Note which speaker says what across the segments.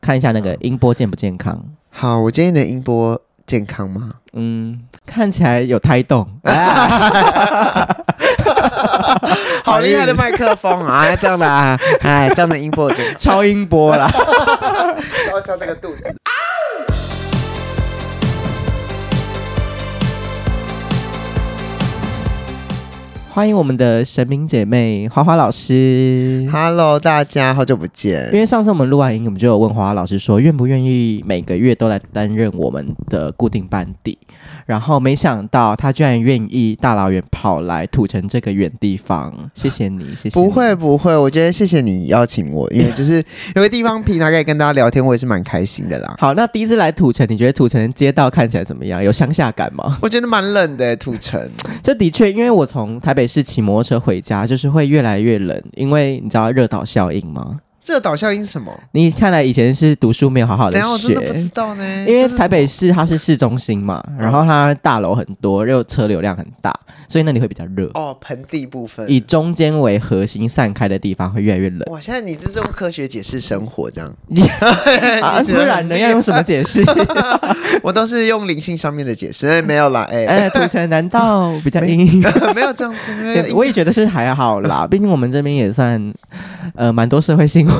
Speaker 1: 看一下那个音波健不健康。
Speaker 2: 好，我建议你的音波健康吗？
Speaker 1: 嗯，看起来有胎动，啊、
Speaker 2: 好厉害的麦克 风啊！这样的啊，哎，这样的音波就
Speaker 1: 超音波啦。
Speaker 2: 照一下这个肚子。
Speaker 1: 欢迎我们的神明姐妹花花老师。
Speaker 2: Hello，大家好久不见。
Speaker 1: 因为上次我们录完音，我们就有问华华老师说，愿不愿意每个月都来担任我们的固定班底？然后没想到他居然愿意大老远跑来土城这个远地方，谢谢你，谢谢你
Speaker 2: 不会不会，我觉得谢谢你邀请我，因为就是 有个地方平常可以跟大家聊天，我也是蛮开心的啦。
Speaker 1: 好，那第一次来土城，你觉得土城街道看起来怎么样？有乡下感吗？
Speaker 2: 我觉得蛮冷的，土城。
Speaker 1: 这的确，因为我从台北市骑摩托车回家，就是会越来越冷，因为你知道热岛效应吗？
Speaker 2: 热岛效应是什么？
Speaker 1: 你看来以前是读书没有好好
Speaker 2: 等一下我真
Speaker 1: 学
Speaker 2: 的，不知道呢。
Speaker 1: 因为
Speaker 2: 嗯这是嗯
Speaker 1: 台北市它是市中心嘛，然后它大楼很多，又车流量很大，所以那里会比较热。
Speaker 2: 哦盆地部分。
Speaker 1: 以中间为核心散开的地方会越来越 冷
Speaker 2: 哇，现在你就是用科学解释生活这样，
Speaker 1: 啊，不然呢要用什么解 释？
Speaker 2: 我都是用灵性上面的解释，哎，没有啦， 哎、
Speaker 1: 哎，土城难道比较阴？
Speaker 2: 没有这样子，没有
Speaker 1: 对， 我也觉得是还好啦，毕竟我们这边也算呃蛮多社会新闻的。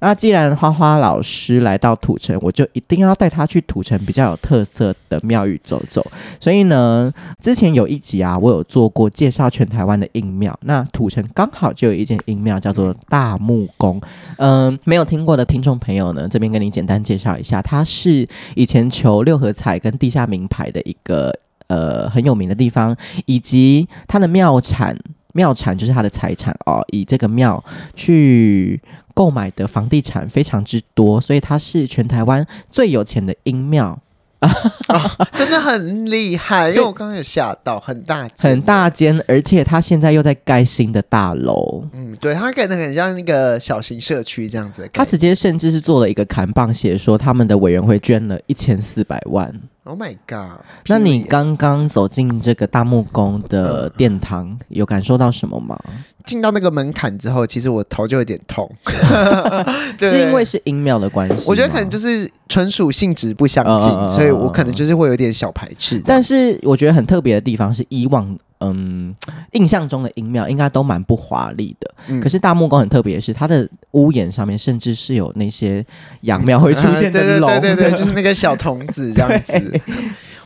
Speaker 1: 那既然花花老师来到土城，我就一定要带他去土城比较有特色的庙宇走走。所以呢，之前有一集啊，我有做过介绍全台湾的阴庙，那土城刚好就有一间阴庙叫做大木宫。嗯、没有听过的听众朋友呢，这边跟你简单介绍一下，它是以前求六合彩跟地下名牌的一个呃很有名的地方，以及它的庙产，庙产就是它的财产哦，以这个庙去购买的房地产非常之多，所以它是全台湾最有钱的阴庙，
Speaker 2: 真的很厉害，因
Speaker 1: 所
Speaker 2: 为
Speaker 1: 以
Speaker 2: 我刚刚有吓到，很大，
Speaker 1: 很，大间，而且它现在又在盖新的大楼。
Speaker 2: 嗯，对，它可能很像那个小型社区这样子的
Speaker 1: 他
Speaker 2: 感觉。
Speaker 1: 直接甚至是做了一个砍棒，写说他们的委员会捐了一千四百万。
Speaker 2: Oh my god！
Speaker 1: 那你
Speaker 2: period
Speaker 1: 刚刚走进这个大木宫的殿堂，有感受到什么吗？
Speaker 2: 进到那个门槛之后，其实我头就有点痛，对
Speaker 1: 是因为是阴庙的关系吗？
Speaker 2: 我觉得可能就是纯属性质不相近，
Speaker 1: 嗯嗯嗯嗯
Speaker 2: 所以我可能就是会有点小排斥这样。
Speaker 1: 但是我觉得很特别的地方是，以往嗯印象中的音庙应该都蛮不华丽的，
Speaker 2: 嗯
Speaker 1: 可是大木宫很特别的是，它的屋檐上面甚至是有那些阳庙会出现的
Speaker 2: 嗯
Speaker 1: 龙、
Speaker 2: 对对对对对，就是那个小童子这样子
Speaker 1: 对。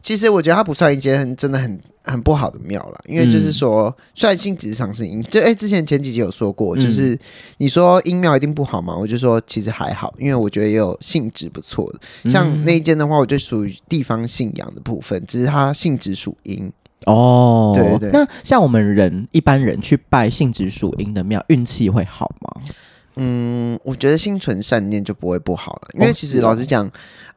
Speaker 2: 其实我觉得它不算一间很真的很很不好的庙了，因为就是
Speaker 1: 嗯
Speaker 2: 说，虽然性质上是阴，就哎、之前前几集有说过，就
Speaker 1: 嗯
Speaker 2: 是你说阴庙一定不好嘛，我就说其实还好，因为我觉得也有性质不错的。
Speaker 1: 嗯
Speaker 2: 像那一间的话，我就属于地方信仰的部分，只是它性质属阴。
Speaker 1: 哦，
Speaker 2: 对对
Speaker 1: 那像我们人一般人去拜性质属阴的庙，运气会好吗？
Speaker 2: 嗯，我觉得心存善念就不会不好了，因为
Speaker 1: 哦
Speaker 2: 其
Speaker 1: 是
Speaker 2: 实
Speaker 1: 哦嗯
Speaker 2: 老实讲，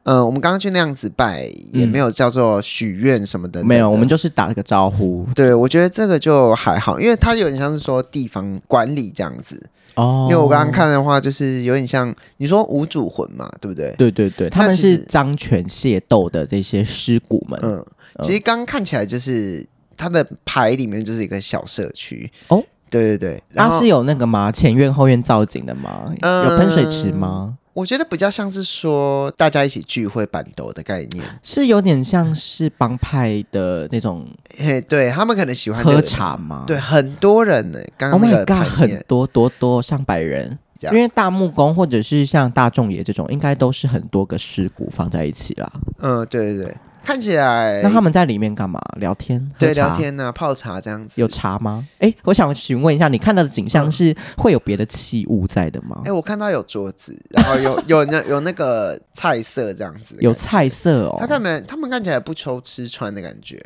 Speaker 2: 呃，我们刚刚去那样子拜，也没有叫做许愿什么的，
Speaker 1: 没有，我们
Speaker 2: 就。
Speaker 1: 就是打了个招呼
Speaker 2: 对，我觉得这个就还好，因为它有点像是说地方管理这样子。
Speaker 1: 哦
Speaker 2: 因为我刚刚，看的话，就是有点像你说五主魂嘛，对不对？
Speaker 1: 对对对，他们
Speaker 2: 那其实
Speaker 1: 是张权械斗的这些尸骨们，
Speaker 2: 嗯，其实刚看起来就是它的牌里面就是一个小社区。
Speaker 1: 哦，
Speaker 2: 对对对，然
Speaker 1: 它
Speaker 2: 后
Speaker 1: 啊是有那个吗？前院后院造景的吗？
Speaker 2: 嗯
Speaker 1: 有喷水池吗？
Speaker 2: 我觉得比较像是说大家一起聚会板斗的概念。
Speaker 1: 是有点像是帮派的那种
Speaker 2: 嘿，对他们可能喜欢
Speaker 1: 喝
Speaker 2: 热
Speaker 1: 茶吗？
Speaker 2: 对，很多人呢、刚刚
Speaker 1: ，Oh
Speaker 2: 那
Speaker 1: my
Speaker 2: 个
Speaker 1: god，
Speaker 2: 牌面
Speaker 1: 很多多多上百人。
Speaker 2: 这
Speaker 1: 因
Speaker 2: 样
Speaker 1: 为大木工或者是像大众爷这种，应该都是很多个尸骨放在一起啦。
Speaker 2: 嗯，对对对，看起来
Speaker 1: 那他们在里面干嘛？聊天？
Speaker 2: 哎对
Speaker 1: 喝茶
Speaker 2: 聊。天呐、啊泡茶这样子。
Speaker 1: 有茶吗？哎，我想询问一下，你看到的景象是会有别的器物在的吗
Speaker 2: 哎、？我看到有桌子，然后有有那有那个菜色这样子，
Speaker 1: 有。菜色
Speaker 2: 他
Speaker 1: 哦，
Speaker 2: 看没？他们看起来不愁吃穿的感觉，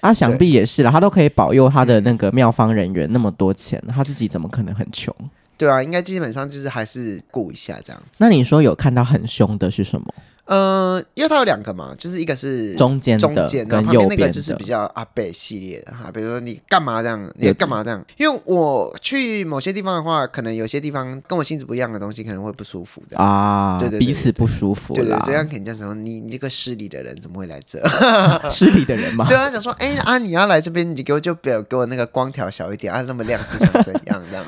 Speaker 1: 他想必也是啦，他都可以保佑他的那个妙方人员那么多钱，他自己怎么可能很穷？
Speaker 2: 对啊，应该基本上就是还是顾一下这样。
Speaker 1: 那你说有看到很凶的是什么？
Speaker 2: 嗯、因为它有两个嘛，就是一个是
Speaker 1: 中间的
Speaker 2: 中间，然
Speaker 1: 跟
Speaker 2: 后旁
Speaker 1: 右
Speaker 2: 边那
Speaker 1: 边的，
Speaker 2: 个就是比较阿贝系列的哈，比如说你干嘛这样，
Speaker 1: 对
Speaker 2: 你干嘛这样？因为我去某些地方的话，可能有些地方跟我性质不一样的东西可能会不舒服这样。
Speaker 1: 啊，
Speaker 2: 对对对
Speaker 1: 彼此不舒服
Speaker 2: 对对
Speaker 1: 啦，，
Speaker 2: 这样肯定什么？你你这个失礼的人怎么会来这？
Speaker 1: 失礼的人 嘛，
Speaker 2: 对啊，想说，哎、啊，你要来这边，你给我就不要给我那个光条小一点啊，那么亮是想怎样这样？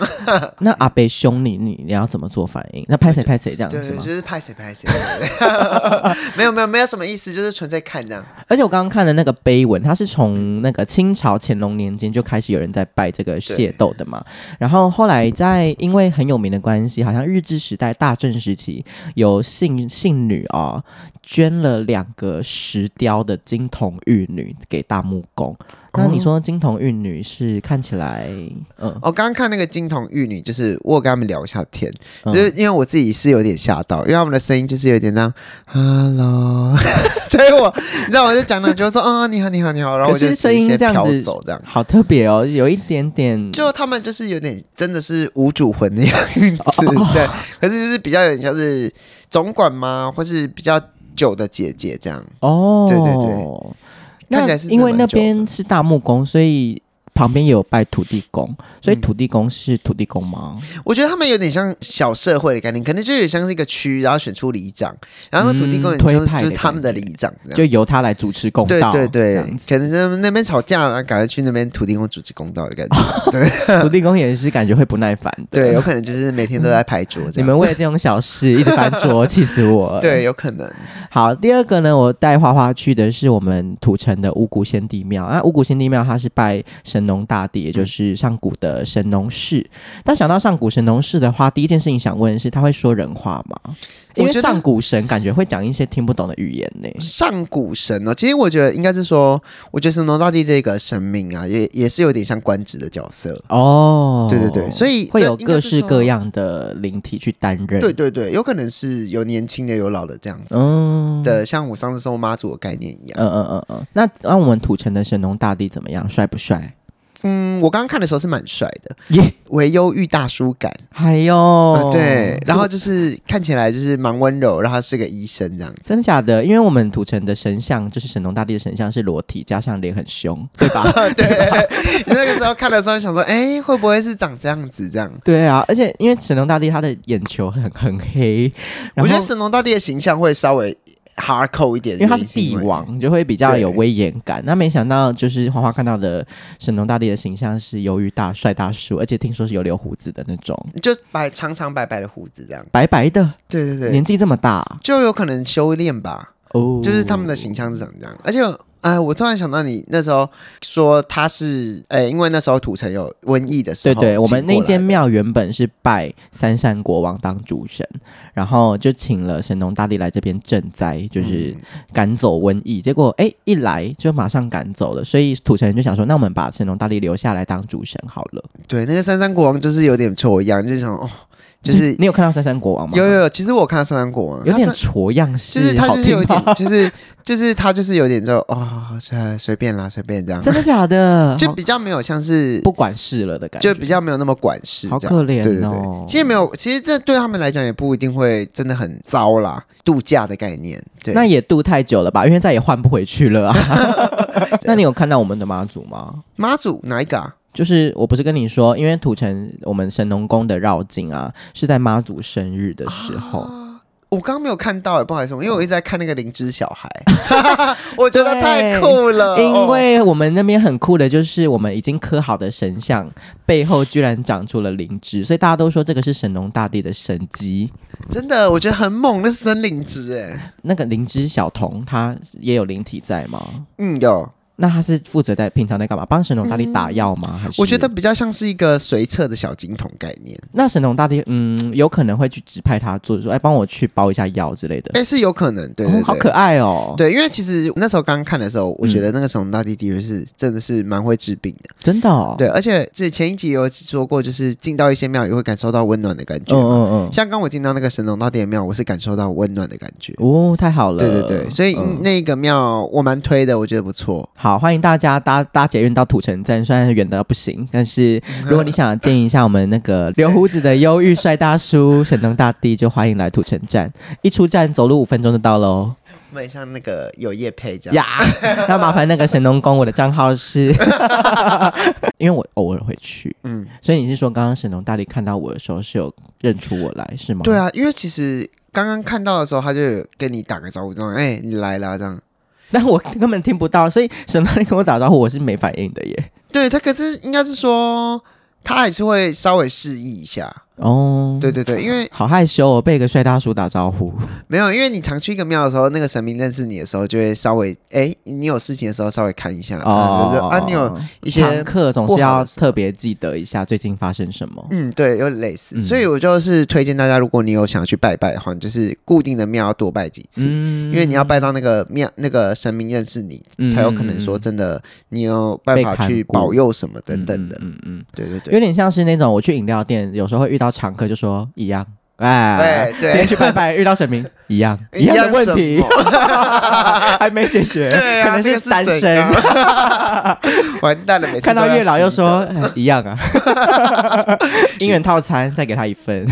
Speaker 1: 那阿北凶你，你你要怎么做反应？那拍谁拍谁这样
Speaker 2: 对，
Speaker 1: 子吗
Speaker 2: 就？是拍谁拍谁，对 没有没有没有什么意思，就是纯粹看这样。
Speaker 1: 而且我刚刚看的那个碑文，它是从那个清朝乾隆年间就开始有人在拜这个械斗的嘛。然后后来在因为很有名的关系，好像日治时代大正时期有信信女哦，捐了两个石雕的金童玉女给大木宫。那
Speaker 2: 哦
Speaker 1: 你说金童玉女是看起来，嗯，
Speaker 2: 我刚刚看那个金童玉女，就是我有跟他们聊一下天，
Speaker 1: 嗯
Speaker 2: 就是因为我自己是有点吓到，因为他们的声音就是有点那样 “hello”，所以我你知道我就讲两句，我说啊、你好你好你好，然后我
Speaker 1: 可是
Speaker 2: 就
Speaker 1: 声音
Speaker 2: 直接
Speaker 1: 这样
Speaker 2: 飘
Speaker 1: 子
Speaker 2: 走这样。
Speaker 1: 好特别哦，有一点点
Speaker 2: 就他们就是有点真的是无主魂的样子，
Speaker 1: 哦
Speaker 2: 对。可是就是比较有点像是总管吗，或是比较久的姐姐这样。
Speaker 1: 哦，
Speaker 2: 对对对，看
Speaker 1: 那
Speaker 2: 起来是
Speaker 1: 因为
Speaker 2: 蛮
Speaker 1: 那
Speaker 2: 久的
Speaker 1: 边是大木工，所以旁边也有拜土地公，所以
Speaker 2: 嗯
Speaker 1: 土地公是土地公吗？
Speaker 2: 我觉得他们有点像小社会的概念，可能就有点像是一个区，然后选出里长，然后那土地公
Speaker 1: 嗯
Speaker 2: 也就
Speaker 1: 推派
Speaker 2: 是就
Speaker 1: 的
Speaker 2: 是他们的
Speaker 1: 感觉
Speaker 2: 里长这样。
Speaker 1: 就由他来主持公
Speaker 2: 对
Speaker 1: 道，
Speaker 2: 对
Speaker 1: 这
Speaker 2: 对
Speaker 1: 样，子
Speaker 2: 可能是那边吵架了，然后赶快去那边土地公主持公道的感觉。对
Speaker 1: 土地公也是感觉会不耐烦的。
Speaker 2: 对，有可能就是每天都在排桌
Speaker 1: 你
Speaker 2: 这样。
Speaker 1: 们为了这种小事一直翻桌， 气死我了。
Speaker 2: 对，有可能。
Speaker 1: 好，第二个呢，我带花花去的是我们土城的五谷先帝庙啊。五谷先帝庙它是拜神农大帝，也
Speaker 2: 嗯
Speaker 1: 就是上古的神农氏。但想到上古神农氏的话，第一件事情想问的是，他会说人话吗？因为
Speaker 2: 我觉得
Speaker 1: 上古神感觉会讲一些听不懂的语言呢。
Speaker 2: 上古神哦，其实我觉得应该是说，我觉得神农大帝这个神明啊，也也是有点像官职的角色。
Speaker 1: 哦，
Speaker 2: 对对对，所
Speaker 1: 以
Speaker 2: 以
Speaker 1: 会
Speaker 2: 这
Speaker 1: 有
Speaker 2: 应该
Speaker 1: 各
Speaker 2: 是
Speaker 1: 式
Speaker 2: 说
Speaker 1: 各。样的灵体去担任。
Speaker 2: 对，对对，有可能是有年轻的，有老的这样子
Speaker 1: 嗯，
Speaker 2: 的，像我上次说妈祖的概念一样。
Speaker 1: 嗯嗯嗯嗯。那那我们土城的神农大帝怎么样？帅不帅？
Speaker 2: 嗯，我刚刚看的时候是蛮帅的，
Speaker 1: 耶，哦
Speaker 2: 为忧郁大叔感。
Speaker 1: 还有、
Speaker 2: 呃对，然后就是看起来就是蛮温柔，然后他是个医生这样 子。
Speaker 1: 真的假的？因为我们土城的神像就是神农大帝的神像是裸体，加上脸很凶， 对吧？
Speaker 2: 对，你那个时候看的时候想说，哎、会不会是长这样子这样？
Speaker 1: 对啊，而且因为神农大帝他的眼球很很黑，然
Speaker 2: 我
Speaker 1: 后
Speaker 2: 觉得神农大帝的形象会稍微 hardcore 一点，
Speaker 1: 因为他是帝
Speaker 2: 原因为。
Speaker 1: 王，就会比较有威严感。那没想到就是花花看到的神农大帝的形象是由于大帅大叔，而且听说是有留胡子的那种，
Speaker 2: 就白长长白白的胡子这样，
Speaker 1: 白白的，
Speaker 2: 对对对，
Speaker 1: 年纪这么大
Speaker 2: 就有可能修炼吧，
Speaker 1: 哦，
Speaker 2: 就是他们的形象是长
Speaker 1: 嗯
Speaker 2: 这样。而且，哎，我突然想到你那时候说他是，哎，因为那时候土城有瘟疫的时
Speaker 1: 对
Speaker 2: 候，
Speaker 1: 对，我们那间
Speaker 2: 请过来的嗯
Speaker 1: 庙原本是拜三山国王当主神，然后就请了神农大帝来这边赈灾，
Speaker 2: 嗯
Speaker 1: 就是赶走瘟疫。结果哎，一来就马上赶走了，所以土城人就想说，那我们把神农大帝留下来当主神好了。
Speaker 2: 对那个三山国王就是有点臭一样，就是想哦，就是
Speaker 1: 你有看到三山国王吗？
Speaker 2: 有有有，其实我看到三山国王，
Speaker 1: 有
Speaker 2: 他
Speaker 1: 点
Speaker 2: 三
Speaker 1: 挫样
Speaker 2: 就
Speaker 1: 式，
Speaker 2: 是他
Speaker 1: 好
Speaker 2: 就是有一
Speaker 1: 听吗
Speaker 2: 点，就是就是他就是有点就哦，随随便啦，随便这样，
Speaker 1: 真的假的？
Speaker 2: 就
Speaker 1: 好
Speaker 2: 比较没有像是
Speaker 1: 不管事了的感觉，
Speaker 2: 就比较没有那么管事
Speaker 1: 好
Speaker 2: 这样。
Speaker 1: 可怜
Speaker 2: 对对
Speaker 1: 哦
Speaker 2: 对，。其实没有，其实这对他们来讲也不一定会真的很糟啦。度假的概念，对，
Speaker 1: 那也度太久了吧，因为再也换不回去了啊。 那你有看到我们的妈祖吗？
Speaker 2: 妈祖哪一个啊？
Speaker 1: 就是我不是跟你说，因为土城我们神农宫的绕境啊，是在妈祖生日的时候，
Speaker 2: 哦我刚刚没有看到哎，不好意思，因为我一直在看那个灵芝小 孩， 我觉得太酷了，
Speaker 1: 因
Speaker 2: 哦
Speaker 1: 为我们那边很酷的，就是我们已经刻好的神像背后居然长出了灵芝，所以大家都说这个是神农大帝的神迹。
Speaker 2: 真的我觉得很猛，那是真灵芝哎，
Speaker 1: 那个灵芝小童他也有灵体在吗？
Speaker 2: 嗯，有，
Speaker 1: 那他是负责在平常在干嘛？帮神农大帝嗯打药吗？还是
Speaker 2: 我觉得比较像是一个随侧的小金童概念，
Speaker 1: 那神农大帝嗯有可能会去指派他做说，哎帮我去包一下药之类的。
Speaker 2: 哎，是有可能，对
Speaker 1: 哦
Speaker 2: 对
Speaker 1: 好
Speaker 2: 对
Speaker 1: 可。爱哦！
Speaker 2: 对，因为其实那时候刚刚看的时候，我觉得那个神农大帝的确是真的是蛮会治病的。
Speaker 1: 真的哦。
Speaker 2: 对，而且这前一集有说过，就是进到一些庙也会感受到温暖的感觉。
Speaker 1: 嗯嗯嗯，
Speaker 2: 像刚我进到那个神农大帝的庙，我是感受到温暖的感觉。
Speaker 1: 哦，太好了！
Speaker 2: 对对对，所以
Speaker 1: 嗯
Speaker 2: 那个庙我蛮推的，我觉得不错。
Speaker 1: 好，欢迎大家搭搭捷运到土城站，虽然远的不行，但 是如果你想见一下我们那个留胡子的忧郁帅大叔神农大帝，就欢迎来土城站，一出站走路五分钟就到 喽。
Speaker 2: 我们像那个有叶配这样。
Speaker 1: 呀，那麻烦那个神农公，我的账号是， 因为我偶尔会去，
Speaker 2: 嗯，
Speaker 1: 所以你是说刚刚神农大帝看到我的时候是有认出我来是吗？
Speaker 2: 对，啊，因为其实刚刚看到的时候，他就有跟你打个招呼，这样，哎、你来啦，这样。
Speaker 1: 但我根本听不到，所以神农大帝跟我打招呼，我是没反应的耶。
Speaker 2: 对他，可是应该是说他还是会稍微示意一下。
Speaker 1: 哦，
Speaker 2: 对对对，因为
Speaker 1: 好害羞哦，被一个帅大叔打招呼。
Speaker 2: 没有，因为你常去一个庙的时候，那个神明认识你的时候，就会稍微哎、你有事情的时候稍微看一下，哦、就是说啊，你有一
Speaker 1: 常
Speaker 2: 些
Speaker 1: 客总
Speaker 2: 不
Speaker 1: 是
Speaker 2: 好
Speaker 1: 要
Speaker 2: 的
Speaker 1: 特别记得一下最近发生什么。
Speaker 2: 嗯，对，有点类似，
Speaker 1: 嗯
Speaker 2: 所以我就是推荐大家，如果你有想去拜拜的话，你就是固定的庙要多拜几次，
Speaker 1: 嗯
Speaker 2: 因为你要拜到那个庙那个神明认识你，
Speaker 1: 嗯
Speaker 2: 才有可能说真的你有办
Speaker 1: 被
Speaker 2: 法
Speaker 1: 看
Speaker 2: 去
Speaker 1: 顾
Speaker 2: 保佑什么等等的。
Speaker 1: 嗯嗯嗯
Speaker 2: 对对对，
Speaker 1: 有点像是那种我去饮料店，有时候会遇到常客，就说一样。哎，
Speaker 2: 对对
Speaker 1: 今天去拜拜遇到神明一样
Speaker 2: 一
Speaker 1: 样的
Speaker 2: 样
Speaker 1: 问
Speaker 2: 什
Speaker 1: 题
Speaker 2: 么，
Speaker 1: 还没解决，
Speaker 2: 对啊
Speaker 1: 可能
Speaker 2: 这个
Speaker 1: 是
Speaker 2: 是
Speaker 1: 单
Speaker 2: 怎
Speaker 1: 身，
Speaker 2: 样 完蛋了，每次
Speaker 1: 看到
Speaker 2: 都要
Speaker 1: 月老又
Speaker 2: 洗的
Speaker 1: 说、哎一样啊， 姻缘套餐再给他一份。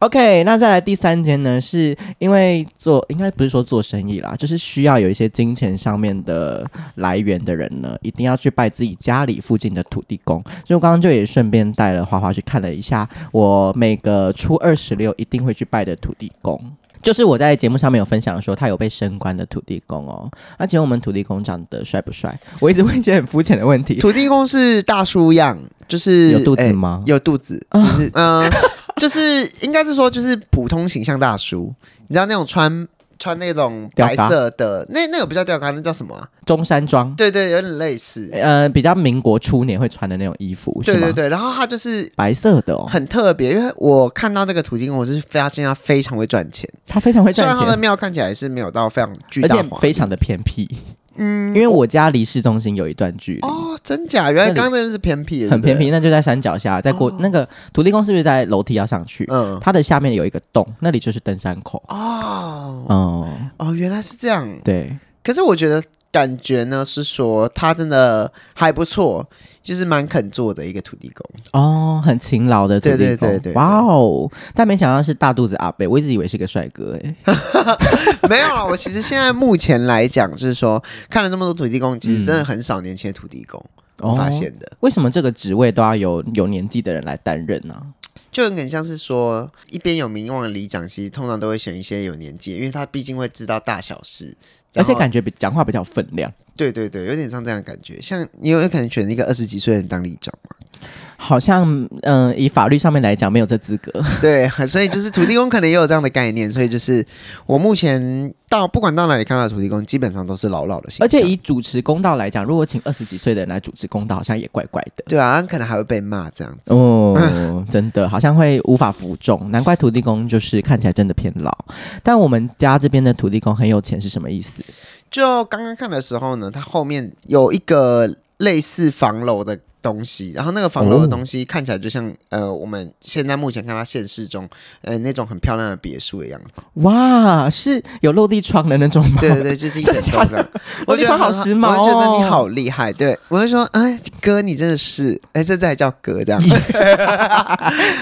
Speaker 1: OK，那再来第三间呢，是因为做应该不是说做生意啦，就是需要有一些金钱上面的来源的人呢，一定要去拜自己家里附近的土地公。所以我刚刚就也顺便带了花花去看了一下，我每个初二十六一定会去拜的土地公。就是我在节目上面有分享说，他有被升官的土地公哦。那请问我们土地公长得帅不帅？我一直问一些很肤浅的问题。
Speaker 2: 土地公是大叔样，就是
Speaker 1: 有肚子
Speaker 2: 哎
Speaker 1: 吗？
Speaker 2: 有肚子，就是嗯、 就是应该是说就是普通形象大叔，你知道那种穿穿那种白色的，那那个不叫吊嘎，那叫什么、啊？
Speaker 1: 中山装，
Speaker 2: 对对，有点类似，
Speaker 1: 呃，比较民国初年会穿的那种衣服，
Speaker 2: 对
Speaker 1: 是吗
Speaker 2: 对对。然后他就是
Speaker 1: 白色的哦，
Speaker 2: 很特别，因为我看到这个土地公，我是发现他非常会赚钱，
Speaker 1: 他非常会
Speaker 2: 虽
Speaker 1: 赚
Speaker 2: 然他的
Speaker 1: 钱，
Speaker 2: 庙看起来是没有到非常巨
Speaker 1: 而
Speaker 2: 大
Speaker 1: 且
Speaker 2: 华丽，
Speaker 1: 非常的偏僻，
Speaker 2: 嗯
Speaker 1: 因为我家离市中心有一段距离。
Speaker 2: 哦，真假？原来刚刚那是偏僻的，
Speaker 1: 很
Speaker 2: 对哦
Speaker 1: 偏
Speaker 2: 不对
Speaker 1: 僻，，那就在山脚下，在过、那个土地公是不是在楼梯要上去？
Speaker 2: 嗯，
Speaker 1: 它的下面有一个洞，那里就是登山口。
Speaker 2: 哦
Speaker 1: 嗯，
Speaker 2: 哦，原来是这样，
Speaker 1: 对，
Speaker 2: 可是我觉得感觉呢是说他真的还不错，就是蛮肯做的一个土地公。
Speaker 1: 哦，很勤劳的土地公，
Speaker 2: 对对对对对
Speaker 1: 哇哦！但没想到是大肚子阿贝，我一直以为是个帅哥哎、
Speaker 2: 没有啊啦，我其实现在目前来讲就是说，看了这么多土地公，其实真的很少年轻的土地公。
Speaker 1: 哦
Speaker 2: 我发现的，
Speaker 1: 为什么这个职位都要有有年纪的人来担任呢、
Speaker 2: 就很像是说，一边有名望的里长，其实通常都会选一些有年纪的，因为他毕竟会知道大小事，
Speaker 1: 而
Speaker 2: 然后
Speaker 1: 且感觉比讲话比较有分量，
Speaker 2: 对对对，有点像这样的感觉。像你有可能选一个二十几岁的人当里长嘛？
Speaker 1: 好像嗯、呃以法律上面来讲没有这资格。
Speaker 2: 对，所以就是土地公可能也有这样的概念，所以就是我目前到不管到哪里看到的土地公，基本上都是老老的形象，
Speaker 1: 而且以主持公道来讲，如果请二十几岁的人来主持公道，好像也怪怪的。
Speaker 2: 对啊，可能还会被骂这样子。嗯
Speaker 1: 哦，真的好像会无法服众，难怪土地公就是看起来真的偏老。但我们家这边的土地公很有钱是什么意思？
Speaker 2: 就刚刚看的时候呢，它后面有一个类似房楼的东西，然后那个房楼
Speaker 1: 哦
Speaker 2: 的东西看起来就像、呃我们现在目前看它现实中呃那种很漂亮的别墅的样子。
Speaker 1: 哇，是有落地窗的那种吗？
Speaker 2: 对对对，就是一整栋这样。我觉
Speaker 1: 我觉
Speaker 2: 得
Speaker 1: 得好
Speaker 2: 很
Speaker 1: 时髦哦
Speaker 2: 我觉得你好厉害。对我就说，哎哥，你真的是，哎这才叫哥 这样，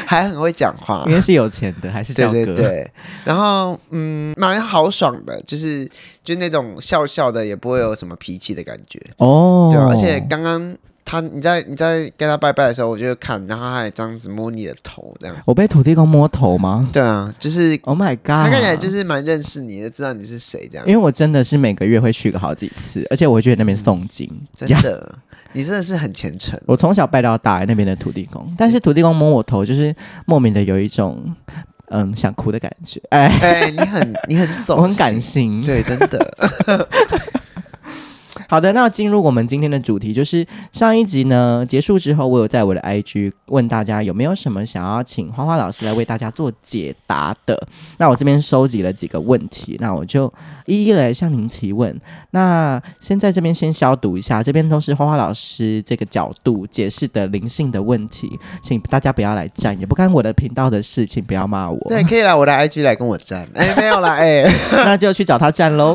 Speaker 2: 还很会讲话
Speaker 1: 应。该是有钱的，还是
Speaker 2: 对
Speaker 1: 叫
Speaker 2: 对
Speaker 1: 哥？
Speaker 2: 对，然后嗯，蛮豪爽的，就是就那种笑笑的，也不会有什么脾气的感觉，
Speaker 1: 哦，
Speaker 2: 对、啊、而且刚刚他你在你在跟他拜拜的时候，我就看，然后他还这样子摸你的头，这样，
Speaker 1: 我被土地公摸头吗
Speaker 2: 对啊，就是
Speaker 1: ？Oh my god！
Speaker 2: 他看起来就是蛮认识你的，知道你是谁这样
Speaker 1: 因，为我真的是每个月会去个好几次，而且我会去那边诵经。
Speaker 2: 真
Speaker 1: 呀
Speaker 2: 的，你真的是很虔诚，
Speaker 1: 我从小拜到大那边的土地公，但是土地公摸我头，就是莫名的有一种嗯想哭的感觉。哎，
Speaker 2: 哎、你 很你很走，
Speaker 1: 我很感，性。
Speaker 2: 对，真 的，
Speaker 1: 好的，那进入我们今天的主题，就是上一集呢结束之后，我有在我的 IG 问大家有没有什么想要请花花老师来为大家做解答的。那我这边收集了几个问题，那我就一一来向您提问。那先在这边先消毒一下，这边都是花花老师这个角度解释的灵性的问题，请大家不要来站，也不干我的频道的事，请不要骂我。
Speaker 2: 对，可以来我的 IG 来跟我 站，哎、没有啦，哎、
Speaker 1: 那就去找他站喽。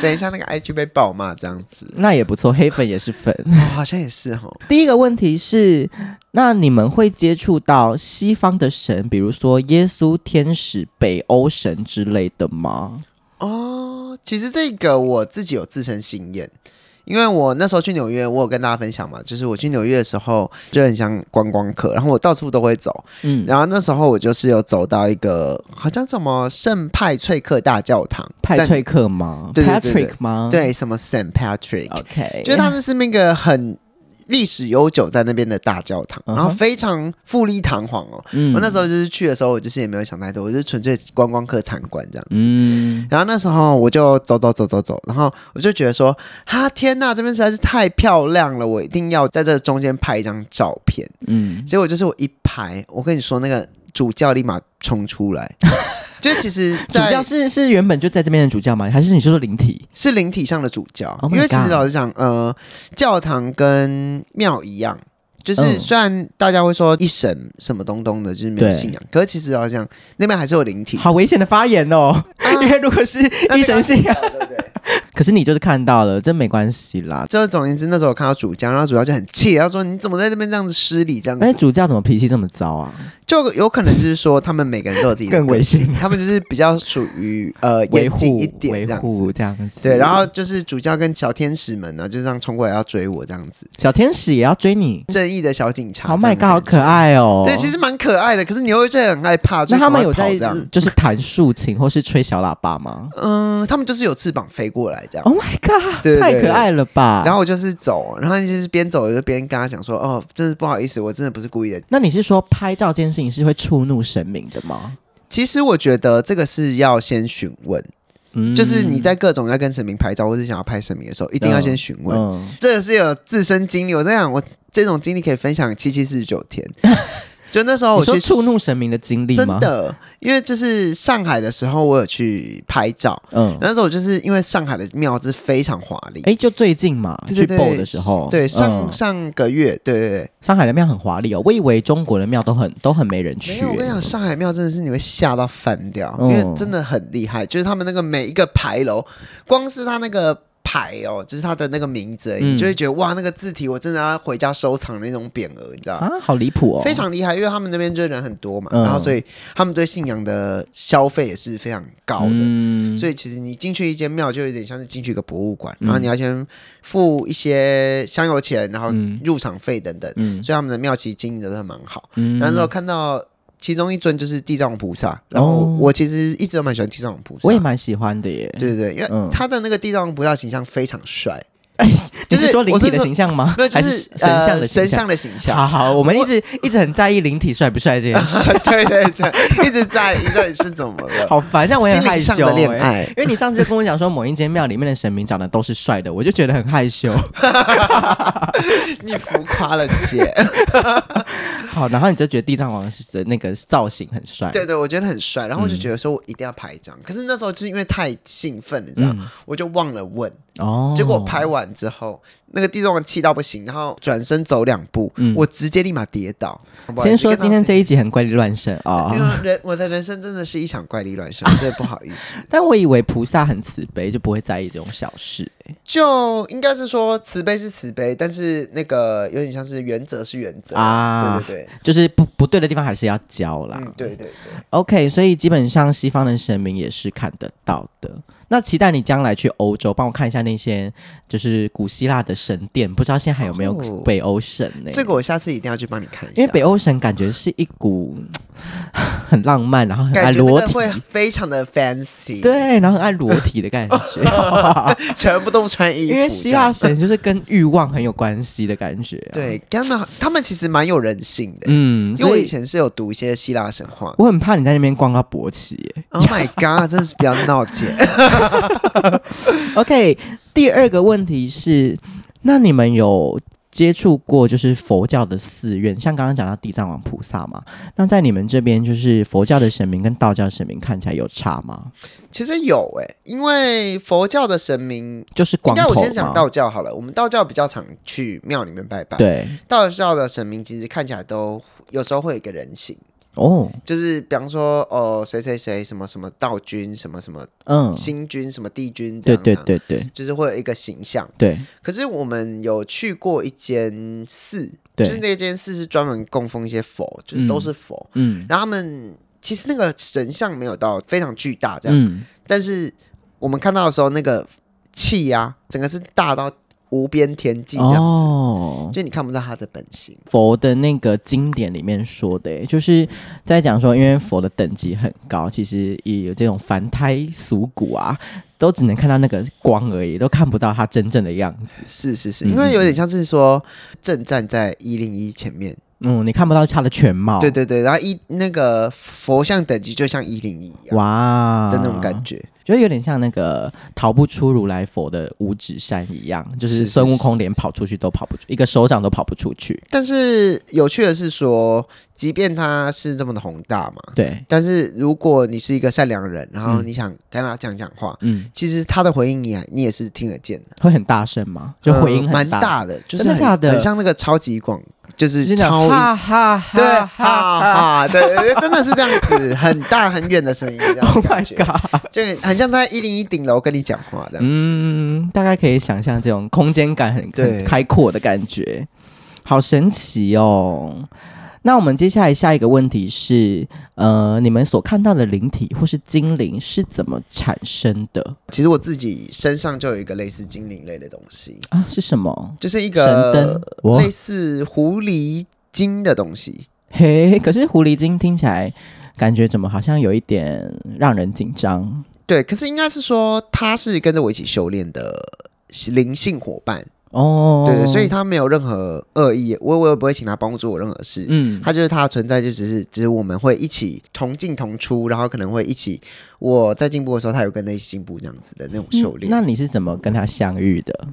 Speaker 2: 等一下那个 IG 被被暴骂这样子。
Speaker 1: 那也不错，黑粉也是粉。
Speaker 2: 哦、好像也是哈，
Speaker 1: 第一个问题是，那你们会接触到西方的神，比如说耶稣、天使、北欧神之类的吗？
Speaker 2: 哦，其实这个我自己有自身经验，因为我那时候去纽约，我有跟大家分享嘛，就是我去纽约的时候就很像观光客，然后我到处都会走，
Speaker 1: 嗯，
Speaker 2: 然后那时候我就是有走到一个好像什么圣派翠克大教堂，
Speaker 1: 派
Speaker 2: 在
Speaker 1: 翠克吗
Speaker 2: 对对对对
Speaker 1: ？Patrick 吗？哦
Speaker 2: 对什么 Saint Patrick，、
Speaker 1: ，OK，
Speaker 2: 就是它那是那个很历史悠久在那边的大教堂，
Speaker 1: 嗯哼
Speaker 2: 然后非常富丽堂皇哦。
Speaker 1: 嗯
Speaker 2: 我那时候就是去的时候，我就是也没有想太多，我就是纯粹观光客参观这样子。
Speaker 1: 嗯，
Speaker 2: 然后那时候我就走走走走走，然后我就觉得说，哈天呐，这边实在是太漂亮了，我一定要在这中间拍一张照片。
Speaker 1: 嗯，
Speaker 2: 结果就是我一排，我跟你说那个主教立马冲出 来，就其实
Speaker 1: 主
Speaker 2: 在
Speaker 1: 教是是原本就在这边的主教吗？还是你是说灵体？
Speaker 2: 是灵体上的主教
Speaker 1: Oh my
Speaker 2: 因为其实
Speaker 1: God
Speaker 2: 老实讲，呃，教堂跟庙一样，就是
Speaker 1: 嗯
Speaker 2: 虽然大家会说一神什么东东的，就是没有
Speaker 1: 对
Speaker 2: 信仰，可是其实老实讲，那边还是有灵体，啊
Speaker 1: 好危险的发言哦，因为如果是医生信仰，
Speaker 2: 对不对？
Speaker 1: 可是你就是看到了，真没关系啦。
Speaker 2: 就是总而言之，那时候我看到主教，然后主教就很气，他说：“你怎么在这边这样子失礼？这样
Speaker 1: 哎，
Speaker 2: 子，
Speaker 1: 主教怎么脾气这么糟啊？
Speaker 2: 就有可能就是说他们每个人都有自己的
Speaker 1: 更
Speaker 2: 个
Speaker 1: 危
Speaker 2: 性，
Speaker 1: 险，
Speaker 2: 他们就是比较属 于呃
Speaker 1: 维
Speaker 2: 严
Speaker 1: 护
Speaker 2: 谨一点
Speaker 1: 维
Speaker 2: 这样子。”
Speaker 1: 护这样子。
Speaker 2: 对，然后就是主教跟小天使们呢，就这样冲过来要追我这样子，
Speaker 1: 小天使也要追你
Speaker 2: 正义的小警察。
Speaker 1: ，Oh
Speaker 2: 这
Speaker 1: my
Speaker 2: 样
Speaker 1: god，
Speaker 2: 的
Speaker 1: 好
Speaker 2: 感觉
Speaker 1: 可。爱哦。
Speaker 2: 对，其实蛮可爱的，可是你又会觉得很害怕。就
Speaker 1: 那
Speaker 2: 是
Speaker 1: 他们
Speaker 2: 赶快
Speaker 1: 有
Speaker 2: 跑
Speaker 1: 在
Speaker 2: 这样？
Speaker 1: 就是弹竖琴或是吹小喇叭 吗
Speaker 2: 嗯，他们就是有翅膀飞过来这样。
Speaker 1: ？Oh my god，
Speaker 2: 对对对
Speaker 1: 太可爱了吧！
Speaker 2: 然后我就是走，然后就是边走我就边跟他讲说：“哦，真是不好意思，我真的不是故意的。
Speaker 1: 那你是说拍照这件事情是会触怒神明的吗？”
Speaker 2: 其实我觉得这个是要先询问，
Speaker 1: 嗯
Speaker 2: 就是你在各种要跟神明拍照或是想要拍神明的时候，一定要先询问。
Speaker 1: 嗯，
Speaker 2: 这个是有自身经历，我在想，我这种经历可以分享七七四十九天。就那时候
Speaker 1: 你
Speaker 2: 哦我
Speaker 1: 说
Speaker 2: 去
Speaker 1: 触怒神明的经历
Speaker 2: 真
Speaker 1: 吗？，
Speaker 2: 的，因为就是上海的时候，我有去拍照。
Speaker 1: 嗯，
Speaker 2: 那时候我就是因为上海的庙是非常华丽，
Speaker 1: 哎，就最近嘛，
Speaker 2: 对对对
Speaker 1: 去报的时候，
Speaker 2: 对上、
Speaker 1: 嗯
Speaker 2: 上个月，对对对，
Speaker 1: 上海的庙很华丽哦，我以为中国的庙都很都很没人去嗯
Speaker 2: 没
Speaker 1: 耶。
Speaker 2: 有我跟你讲，上海庙真的是你会吓到翻掉，
Speaker 1: 嗯
Speaker 2: 因为真的很厉害，就是他们那个每一个牌楼，光是他那个。牌哦，就是他的那个名字而已，
Speaker 1: 嗯
Speaker 2: 你就会觉得哇，那个字体我真的要回家收藏的那种匾额，你知道吗？
Speaker 1: 啊，好离谱哦，
Speaker 2: 非常厉害，因为他们那边就人很多嘛，
Speaker 1: 嗯
Speaker 2: 然后所以他们对信仰的消费也是非常高的，
Speaker 1: 嗯
Speaker 2: 所以其实你进去一间庙，就有点像是进去一个博物馆，
Speaker 1: 嗯
Speaker 2: 然后你要先付一些香油钱，然后
Speaker 1: 嗯
Speaker 2: 入场费等等。
Speaker 1: 嗯
Speaker 2: 所以他们的庙其实经营的都蛮好。
Speaker 1: 嗯
Speaker 2: 那时候看到其中一尊就是地藏王菩萨，然后
Speaker 1: 哦
Speaker 2: 我其实一直都蛮喜欢地藏王菩萨
Speaker 1: 我。也蛮喜欢的耶。
Speaker 2: 对对对，因为
Speaker 1: 嗯
Speaker 2: 他的那个地藏王菩萨形象非常 帅，
Speaker 1: 你
Speaker 2: 就是
Speaker 1: 是说灵
Speaker 2: 我是
Speaker 1: 体的
Speaker 2: 说
Speaker 1: 形象吗
Speaker 2: 没有？就
Speaker 1: 还
Speaker 2: 是
Speaker 1: 神像
Speaker 2: 呃
Speaker 1: 的形
Speaker 2: 神
Speaker 1: 象？
Speaker 2: 像的形象。
Speaker 1: 好好，我们一直一直很在意灵体帅不帅这件事，
Speaker 2: 对对对，一直在意到底是怎么了？
Speaker 1: 好烦，让我也
Speaker 2: 心
Speaker 1: 很害
Speaker 2: 灵上
Speaker 1: 羞
Speaker 2: 的恋
Speaker 1: 欸。
Speaker 2: 爱，
Speaker 1: 因为你上次就跟我讲说，某一间庙里面的神明长得都是帅的，我就觉得很害 羞。
Speaker 2: 你浮夸了 姐。
Speaker 1: 好，然后你就觉得地藏王是的那个造型很帅，
Speaker 2: 对对，我觉得很帅，然后我
Speaker 1: 嗯
Speaker 2: 就觉得说我一定要拍一张，可是那时候就是因为太兴奋，你知道，
Speaker 1: 嗯
Speaker 2: 我就忘了问，
Speaker 1: 哦。
Speaker 2: 结果我拍完之后，那个地洞气到不行，然后转身走两步，
Speaker 1: 嗯
Speaker 2: 我直接立马跌倒。好不好
Speaker 1: 先
Speaker 2: 意思
Speaker 1: 说今天。
Speaker 2: 跟
Speaker 1: 这一集很怪力乱神
Speaker 2: 大
Speaker 1: 啊
Speaker 2: 家 因，为人我的人生真的是一场怪力乱神，真的不好意思。
Speaker 1: 但我以为菩萨很慈悲，就不会在意这种小事。
Speaker 2: 就应该是说慈悲是慈悲，但是那个有点像是原则是原则
Speaker 1: 啊
Speaker 2: 对对对，
Speaker 1: 就是不不对的地方还是要教啦。
Speaker 2: 嗯对对对，
Speaker 1: OK，所以基本上西方的神明也是看得到的。那期待你将来去欧洲，帮我看一下那些就是古希腊的神殿，不知道现在还有没有
Speaker 2: 哦
Speaker 1: 北欧神呢、
Speaker 2: 这个我下次一定要去帮你看一下，
Speaker 1: 因为北欧神感觉是一股嗯很浪漫，然后很爱
Speaker 2: 感觉那
Speaker 1: 啊裸
Speaker 2: 个
Speaker 1: 体，
Speaker 2: 会非常的 fancy，，
Speaker 1: 对，然后很爱裸体的感 觉，
Speaker 2: 全部都不穿 衣
Speaker 1: 因
Speaker 2: 服这样，
Speaker 1: 为希腊神就是跟欲望很有关系的感觉、，啊
Speaker 2: 对，跟他们他们其实蛮有人性的，
Speaker 1: 嗯，
Speaker 2: 因为
Speaker 1: 所
Speaker 2: 我以
Speaker 1: 以
Speaker 2: 前是有读一些希腊神话。
Speaker 1: 我很怕你在那边逛到勃起耶、
Speaker 2: Oh my god，真的是比较闹姐。
Speaker 1: OK，第二个问题是，那你们有接触过就是佛教的寺院，像刚刚讲到地藏王菩萨嘛？那在你们这边，就是佛教的神明跟道教神明看起来有差吗？
Speaker 2: 其实有诶、因为佛教的神明，
Speaker 1: 就是
Speaker 2: 应
Speaker 1: 光
Speaker 2: 该
Speaker 1: 头
Speaker 2: 我先讲
Speaker 1: 吗
Speaker 2: 道教好了。我们道教比较常去庙里面拜拜，
Speaker 1: 对
Speaker 2: 道教的神明其实看起来都有时候会有一个人形，
Speaker 1: 哦，
Speaker 2: 就是比方说哦谁谁谁什么什么道君什么什么
Speaker 1: 嗯，
Speaker 2: 新君什么帝君这
Speaker 1: 对
Speaker 2: 样
Speaker 1: 对
Speaker 2: 啊，
Speaker 1: 对对
Speaker 2: 就是会有一个形象。
Speaker 1: 对
Speaker 2: 可是我们有去过一间寺，就
Speaker 1: 对
Speaker 2: 是那间寺是专门供奉一些佛，就是都
Speaker 1: 嗯
Speaker 2: 是佛。
Speaker 1: 嗯
Speaker 2: 然后他们其实那个神像没有到非常巨大这样，
Speaker 1: 嗯，
Speaker 2: 但是我们看到的时候，那个气呀、整个是大到无边天际这样子，
Speaker 1: 哦，
Speaker 2: 就你看不到他的本性。
Speaker 1: 佛的那个经典里面说的欸，就是在讲说，因为佛的等级很高，其实也有这种凡胎俗骨啊，都只能看到那个光而已，都看不到他真正的样子。
Speaker 2: 是是是，
Speaker 1: 嗯
Speaker 2: 因为有点像是说正站在一零一前面，
Speaker 1: 嗯，哦你看不到他的全貌。
Speaker 2: 对，对对，然后一那个佛像等级就像一零一一样
Speaker 1: 哇
Speaker 2: 的那种感，觉，
Speaker 1: 就有点像那个逃不出如来佛的五指山一样，就是是
Speaker 2: 是
Speaker 1: 孙悟空连跑出去都跑不出，一个手掌都跑不出去。
Speaker 2: 但是有趣的是说，即便他是这么的宏大嘛，
Speaker 1: 对，
Speaker 2: 但是如果你是一个善良人，然后
Speaker 1: 嗯
Speaker 2: 你想跟他讲讲话，
Speaker 1: 嗯，
Speaker 2: 其实他的回应你啊你也是听得见的，
Speaker 1: 会很大声吗？就回音
Speaker 2: 呃蛮
Speaker 1: 很大，
Speaker 2: 大的，就是
Speaker 1: 真的
Speaker 2: 很
Speaker 1: 假的
Speaker 2: 很像那个超级广，就是
Speaker 1: 就是那
Speaker 2: 超
Speaker 1: 种
Speaker 2: 音
Speaker 1: 哈哈哈，
Speaker 2: 对，
Speaker 1: 哈
Speaker 2: 哈
Speaker 1: 哈。
Speaker 2: 哈，对对，对真的是这样子，很大很远的声音，这样
Speaker 1: Oh
Speaker 2: 的感
Speaker 1: my
Speaker 2: 觉
Speaker 1: god！
Speaker 2: 就很像他在一零一顶楼跟你讲话这样。
Speaker 1: 嗯，大概可以想象这种空间感很
Speaker 2: 对
Speaker 1: 很开阔的感觉，好神奇哦。那我们接下来下一个问题是，呃，你们所看到的灵体或是精灵是怎么产生的
Speaker 2: 其实我自己身上就有一个类似精灵类的东西，
Speaker 1: 啊？是什么？
Speaker 2: 就是一
Speaker 1: 神灯
Speaker 2: 个？
Speaker 1: 哇
Speaker 2: 类，似狐狸精的东西。
Speaker 1: 嘿，可是狐狸精听起来感觉怎么好像有一点让人紧张
Speaker 2: 对，可是应该是说他是跟着我一起修炼的灵性伙伴，
Speaker 1: 哦？
Speaker 2: 对对，所以他没有任何恶意，我我也不会请他帮助我任何事。
Speaker 1: 嗯，
Speaker 2: 他就是他的存在，就只是只是我们会一起同进同出，然后可能会一起我在进步的时候，他有跟着一起进步这样子的那种修炼。
Speaker 1: 嗯那你是怎么跟他相遇的？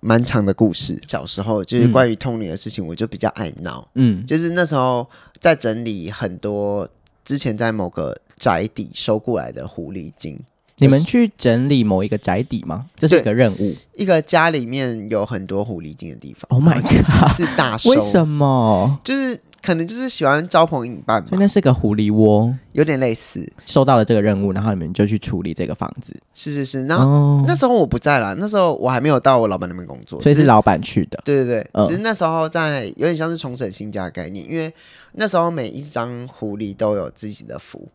Speaker 2: 蛮长的故事，小时候就是关于通灵的事情，我就比较爱闹，
Speaker 1: 嗯，
Speaker 2: 就是那时候在整理很多之前在某个宅邸收过来的狐狸精，
Speaker 1: 你们去整理某一个宅邸吗？这是一个任务。
Speaker 2: 一个家里面有很多狐狸精的地方
Speaker 1: Oh my
Speaker 2: 然后
Speaker 1: god！
Speaker 2: 就一次大收，
Speaker 1: 为什么？
Speaker 2: 就是可能就是喜欢招朋引伴
Speaker 1: 所以
Speaker 2: 嘛，
Speaker 1: 那是个狐狸窝，
Speaker 2: 有点类似，
Speaker 1: 收到了这个任务，然后你们就去处理这个房子。
Speaker 2: 是是是。然后、
Speaker 1: 哦
Speaker 2: 那时候我不在啦，那时候我还没有到我老板那边工作，
Speaker 1: 所以
Speaker 2: 只
Speaker 1: 是老板去的。
Speaker 2: 对对对，
Speaker 1: 嗯
Speaker 2: 只是那时候在有点像是重整新家的概念，因为那时候每一张狐狸都有自己的符，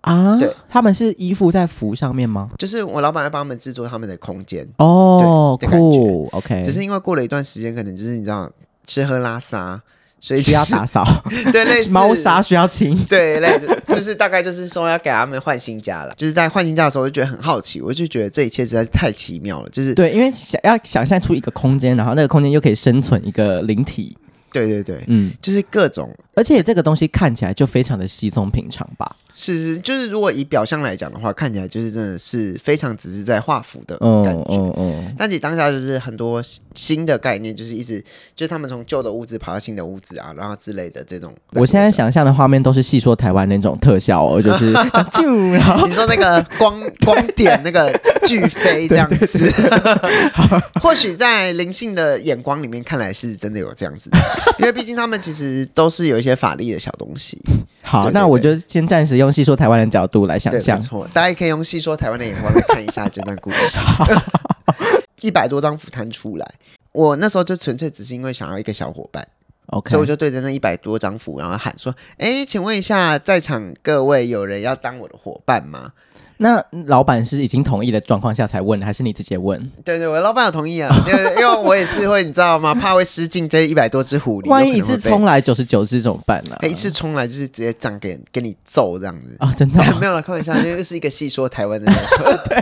Speaker 1: 啊
Speaker 2: 对，
Speaker 1: 他们是依附在符上面吗？
Speaker 2: 就是我老板要帮他们制作他们的空间，
Speaker 1: 哦，
Speaker 2: 对的感觉
Speaker 1: 酷，OK，
Speaker 2: 只是因为过了一段时间，可能就是你知道吃喝拉撒，所以
Speaker 1: 需要
Speaker 2: 就是
Speaker 1: 打扫，
Speaker 2: 对 类似
Speaker 1: 猫砂需要清。
Speaker 2: 对，类似就是大概就是说要给他们换新家了。就是在换新家的时候，我就觉得很好奇，我就觉得这一切实在是太奇妙了。就是
Speaker 1: 对，因为想要想象出一个空间，然后那个空间又可以生存一个灵体，
Speaker 2: 对对对，
Speaker 1: 嗯，
Speaker 2: 就是各种
Speaker 1: 而且这个东西看起来就非常的稀松平常吧，
Speaker 2: 是是，就是如果以表象来讲的话，看起来就是真的是非常只是在画符的
Speaker 1: 嗯
Speaker 2: 感觉。
Speaker 1: 嗯嗯，
Speaker 2: 但其实当下就是很多新新的概念，就是一直就是他们从旧的屋子爬到新的屋子啊，然后之类的这种。
Speaker 1: 我现在，想象的画面都是戏说台湾那种特效哦，就是 啾，然后
Speaker 2: 你说那个光光点那个巨飞这样 子， 或许在灵性的眼光里面看来是真的有这样子的，因为毕竟他们其实都是有一些法力的小东西。
Speaker 1: 好，
Speaker 2: 对对
Speaker 1: 那我
Speaker 2: 对
Speaker 1: 就先暂时用细说台湾的角度来想
Speaker 2: 对，没
Speaker 1: 象。
Speaker 2: 错，大家也可以用细说台湾的眼光来看一下这段 故事。一百多张符摊出来，我那时候就纯粹只是因为想要一个小伙伴。
Speaker 1: OK，
Speaker 2: 所以我就对着那一百多张符，然后喊说：“哎，请问一下，在场各位有人要当我的伙伴吗
Speaker 1: 那老板是已经同意的状况下才问，还是你直接问？？”
Speaker 2: 对对，我老板有同 意啊，对对，因为我也是会，你知道吗？怕会失禁这一百多只狐狸，
Speaker 1: 万
Speaker 2: 有
Speaker 1: 一
Speaker 2: 可
Speaker 1: 一
Speaker 2: 能会
Speaker 1: 次
Speaker 2: 被
Speaker 1: 冲，来九十九只怎么办呢、
Speaker 2: 哎，一次冲来就是直接这样给给你揍这样子。
Speaker 1: 啊、真的 哦、
Speaker 2: 没有了，开玩笑，这就是一个戏说台湾的 那个，对，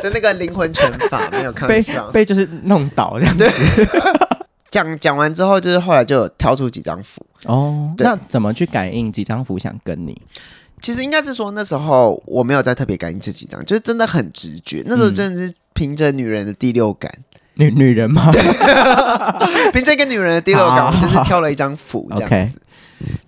Speaker 2: 就那个灵魂拳法，没有开玩
Speaker 1: 被
Speaker 2: 笑。
Speaker 1: 被就是弄倒这样。
Speaker 2: 对，讲讲完之后，就是后来就有挑出几张符，
Speaker 1: 哦，
Speaker 2: 对
Speaker 1: 那怎么去感应几张符想跟你？
Speaker 2: 其实应该是说那时候我没有再特别感应这几张，就是真的很直觉。那时候真的是凭着女人的第六 感，
Speaker 1: 女女人吗？
Speaker 2: 凭着一个女人的第六感，
Speaker 1: 好
Speaker 2: 我就是挑了一张符这样子。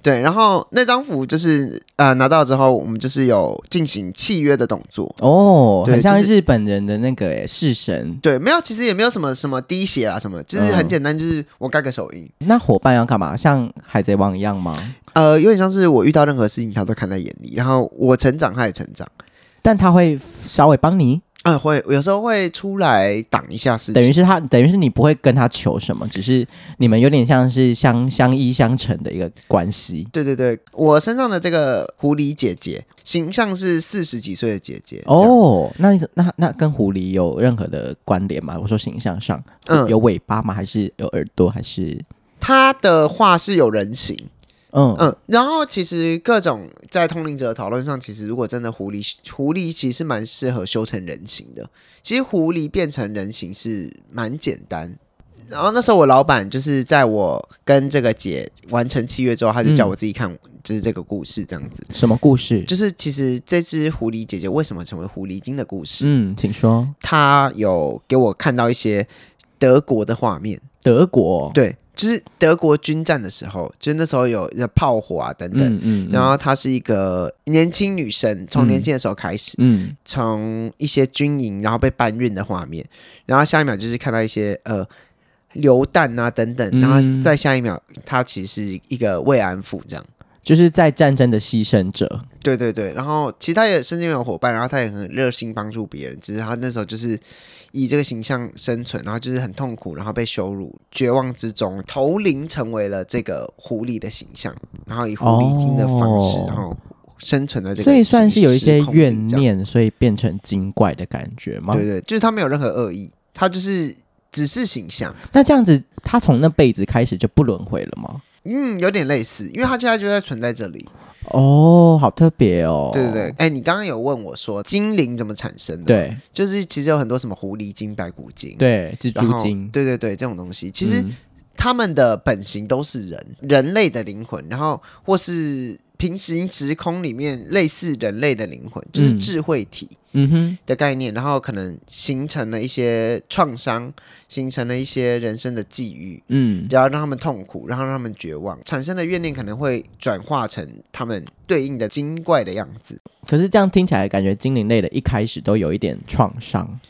Speaker 2: 对，然后那张符就是呃拿到之后，我们就是有进行契约的动作。
Speaker 1: 哦，
Speaker 2: 对
Speaker 1: 很像
Speaker 2: 就是
Speaker 1: 日本人的那个诶式神。
Speaker 2: 对，没有，其实也没有什么什么滴血啊，什么，就是
Speaker 1: 嗯
Speaker 2: 很简单，就是我盖个手印，
Speaker 1: 那伙伴要干嘛？像海贼王一样吗？
Speaker 2: 呃，有点像是我遇到任何事情他都看在眼里，然后我成长他也成长，
Speaker 1: 但他会稍微帮你，
Speaker 2: 啊、会有时候会出来挡一下事
Speaker 1: 等于是
Speaker 2: 情，
Speaker 1: 他，等于是你不会跟他求什么，只是你们有点像是相相依相成的一个关系。
Speaker 2: 对对对，我身上的这个狐狸姐姐形象是四十几岁的姐姐，哦，
Speaker 1: 哦，那那那跟狐狸有任何的关联吗？我说形象上，
Speaker 2: 嗯
Speaker 1: 有尾巴吗？还是有耳朵？还是
Speaker 2: 她的话是有人形，
Speaker 1: 嗯
Speaker 2: 嗯，然后其实各种在通灵者的讨论上，其实如果真的狐狸，狐狸其实蛮适合修成人形的。其实狐狸变成人形是蛮简单。然后那时候我老板就是在我跟这个姐完成契约之后，他就叫我自己看，就是这个故事这样子。
Speaker 1: 什么故事？
Speaker 2: 就是其实这只狐狸姐姐为什么成为狐狸精的故事，
Speaker 1: 嗯，请说。
Speaker 2: 她有给我看到一些德国的画面。
Speaker 1: 德国，
Speaker 2: 对，就是德国军战的时候，就是那时候有有炮火啊等等。
Speaker 1: 嗯嗯，
Speaker 2: 然后她是一个年轻女生，从年轻的时候开始，
Speaker 1: 嗯
Speaker 2: 从一些军营然后被搬运的画面，然后下一秒就是看到一些呃流弹啊等等，
Speaker 1: 嗯
Speaker 2: 然后再下一秒她其实是一个慰安妇这样。
Speaker 1: 就是在战争的牺牲者，
Speaker 2: 对对对，然后其实她也身边有伙伴，然后她也很热心帮助别人，只是她那时候就是以这个形象生存，然后就是很痛苦，然后被羞辱、绝望之中，头灵成为了这个狐狸的形象，然后以狐狸精的方式，
Speaker 1: 哦
Speaker 2: 然后生存的这个，
Speaker 1: 所以算是有一些怨。念，所以变成精怪的感觉吗？
Speaker 2: 对对，就是他没有任何恶意，他就是只是形象，
Speaker 1: 那这样子，他从那辈子开始就不轮回了吗？
Speaker 2: 嗯，有点类似，因为他现在就在存在这里。
Speaker 1: 哦，好特别哦。
Speaker 2: 对对对，哎，你刚刚有问我说精灵怎么产生的？，
Speaker 1: 对
Speaker 2: 就是其实有很多什么狐狸精、白骨精，，
Speaker 1: 对，蜘
Speaker 2: 然
Speaker 1: 蛛
Speaker 2: 后
Speaker 1: 精。
Speaker 2: 对对对，这种东西其实
Speaker 1: 嗯
Speaker 2: 他们的本性都是人，人类的灵魂，然后或是平行时空里面类似人类的灵魂，就是
Speaker 1: 嗯
Speaker 2: 智慧体。
Speaker 1: 嗯哼，
Speaker 2: 的概念，然后可能形成了一些创伤，形成了一些人生的际遇，
Speaker 1: 嗯，
Speaker 2: 然后让他们痛苦，然后让他们绝望，产生的怨念可能会转化成他们对应的精怪的样子。
Speaker 1: 可是这样听起来，感觉精灵类的一开始都有一点创伤。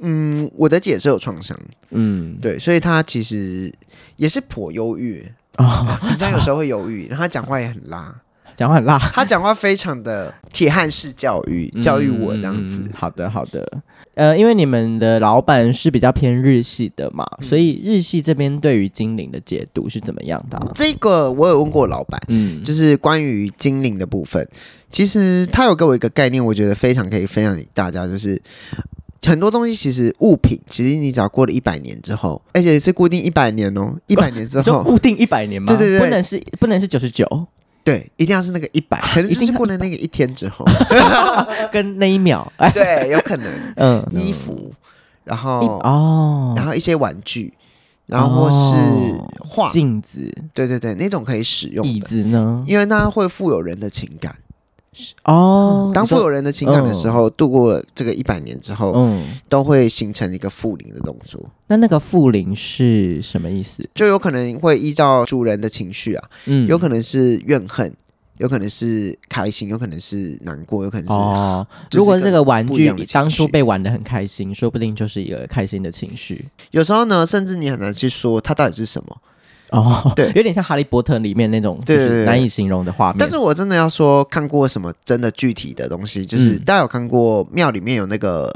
Speaker 2: 嗯，我的姐是有创伤，
Speaker 1: 嗯，
Speaker 2: 对，所以她其实也是颇忧郁
Speaker 1: 哦，
Speaker 2: 平常有时候会忧郁，然后她讲话也很拉，
Speaker 1: 讲话很辣，
Speaker 2: 她讲话非常的铁汉式教育， 教育我这样子
Speaker 1: 嗯。嗯嗯好的，好的。呃，因为你们的老板是比较偏日系的嘛，
Speaker 2: 嗯
Speaker 1: 所以日系这边对于精灵的解读是怎么样的啊、
Speaker 2: 这个我有问过老板，
Speaker 1: 嗯，
Speaker 2: 就是关于精灵的部分，其实他有给我一个概念，我觉得非常可以分享给大家，就是很多东西其实物品，其实你只要过了一百年之后，而且是固定一百年哦，一百年 之
Speaker 1: 你说
Speaker 2: 后，
Speaker 1: 固定一百年吗？
Speaker 2: 对对对
Speaker 1: 不能是不能是九十九，
Speaker 2: 对，一定要是那个一 百，可能
Speaker 1: 一
Speaker 2: 就
Speaker 1: 定
Speaker 2: 是
Speaker 1: 要
Speaker 2: 过了那个一天 之后，
Speaker 1: 跟那一秒，哎，
Speaker 2: 对，有可能
Speaker 1: 嗯，
Speaker 2: 衣服，然
Speaker 1: 一
Speaker 2: 后
Speaker 1: 哦，
Speaker 2: 然后一些玩具，然后或是画，
Speaker 1: 镜子、
Speaker 2: 对对对，那种可以使用
Speaker 1: 椅
Speaker 2: 的，
Speaker 1: 子呢？
Speaker 2: 因为那会富有人的情感。
Speaker 1: 哦，
Speaker 2: 当
Speaker 1: 你
Speaker 2: 富
Speaker 1: 说哦
Speaker 2: 有人的情感的时候，度过这个一百年之后，
Speaker 1: 嗯，
Speaker 2: 都会形成一个附灵的动作，
Speaker 1: 那那个附灵是什么意思？
Speaker 2: 就有可能会依照主人的情绪啊，
Speaker 1: 嗯
Speaker 2: 有可能是怨恨，有可能是开心，有可能是难过，有可能是、
Speaker 1: 哦。
Speaker 2: 就是
Speaker 1: 如果这个玩
Speaker 2: 不一
Speaker 1: 具
Speaker 2: 样的情绪
Speaker 1: 当初被玩的很开心，说不定就是一个开心的情绪
Speaker 2: 有时候呢，甚至你很难去说它到底是什么。
Speaker 1: 哦。
Speaker 2: 对
Speaker 1: 有点像《哈利波特》里面那种就
Speaker 2: 对对对
Speaker 1: 是难以形容的画面。
Speaker 2: 但是我真的要说，看过什么真的具体的东西，就是、
Speaker 1: 嗯
Speaker 2: 大家有看过庙里面有那个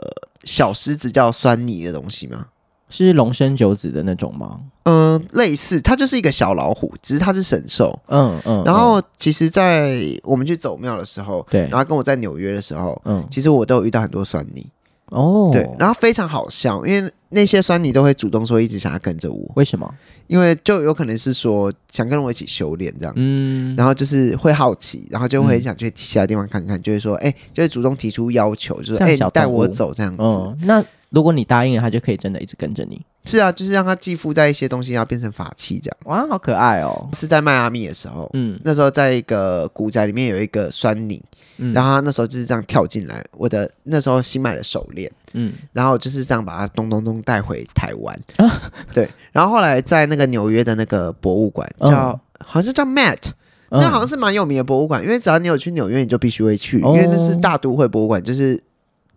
Speaker 2: 小狮子叫酸泥的东西吗？
Speaker 1: 是龙生九子的那种吗？
Speaker 2: 嗯、类似，它就是一个小老虎，只是它是神兽。
Speaker 1: 嗯嗯。嗯
Speaker 2: 然后，其实，在我们去走庙的时候，
Speaker 1: 对
Speaker 2: 然后跟我在纽约的时候，
Speaker 1: 嗯
Speaker 2: 其实我都有遇到很多酸泥，
Speaker 1: 哦，
Speaker 2: 对，然后非常好笑，因为那些酸泥都会主动说一直想要跟着我，
Speaker 1: 为什么？
Speaker 2: 因为就有可能是说想跟我一起修炼这样，
Speaker 1: 嗯，
Speaker 2: 然后就是会好奇，然后就会
Speaker 1: 嗯
Speaker 2: 想去其他地方看看，就会说哎、就会主动提出要求，就是
Speaker 1: 像
Speaker 2: 哎、
Speaker 1: 小
Speaker 2: 你带
Speaker 1: 动物
Speaker 2: 我走这样子，
Speaker 1: 嗯，那如果你答应了，他就可以真的一直跟着你。
Speaker 2: 是啊，就是让它寄附在一些东西，然后变成法器这样。
Speaker 1: 哇，好可爱哦。
Speaker 2: 是在迈阿密的时候。
Speaker 1: 嗯
Speaker 2: 那时候在一个古宅里面有一个酸泥，
Speaker 1: 嗯，
Speaker 2: 然
Speaker 1: 后
Speaker 2: 后他那时候就是这样跳进来，我的那时候新买的手链，
Speaker 1: 嗯，
Speaker 2: 然后就是这样把它咚咚咚带回台湾。
Speaker 1: 啊
Speaker 2: 对，然后后来在那个纽约的那个博物馆
Speaker 1: 嗯
Speaker 2: 叫、好像叫 Matt
Speaker 1: 嗯
Speaker 2: 那好像是蛮有名的博物馆，因为只要你有去纽约，你就必须会去，
Speaker 1: 哦
Speaker 2: 因为那是大都会博物馆，就是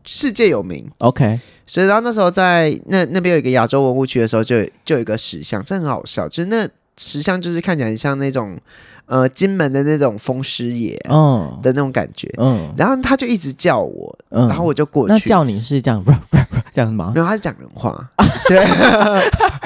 Speaker 2: 世界有名。
Speaker 1: OK，
Speaker 2: 所以，然后那时候在那那边有一个亚洲文物区的时候就，就有一个石像，这很好笑，就是那石像就是看起来很像那种呃金门的那种风师爷的
Speaker 1: 嗯
Speaker 2: 那种感觉。
Speaker 1: 嗯
Speaker 2: 然后他就一直叫我，
Speaker 1: 嗯，
Speaker 2: 然后我就过去。
Speaker 1: 那叫你是这 样，这样吗
Speaker 2: 没？有，他是讲人 话，对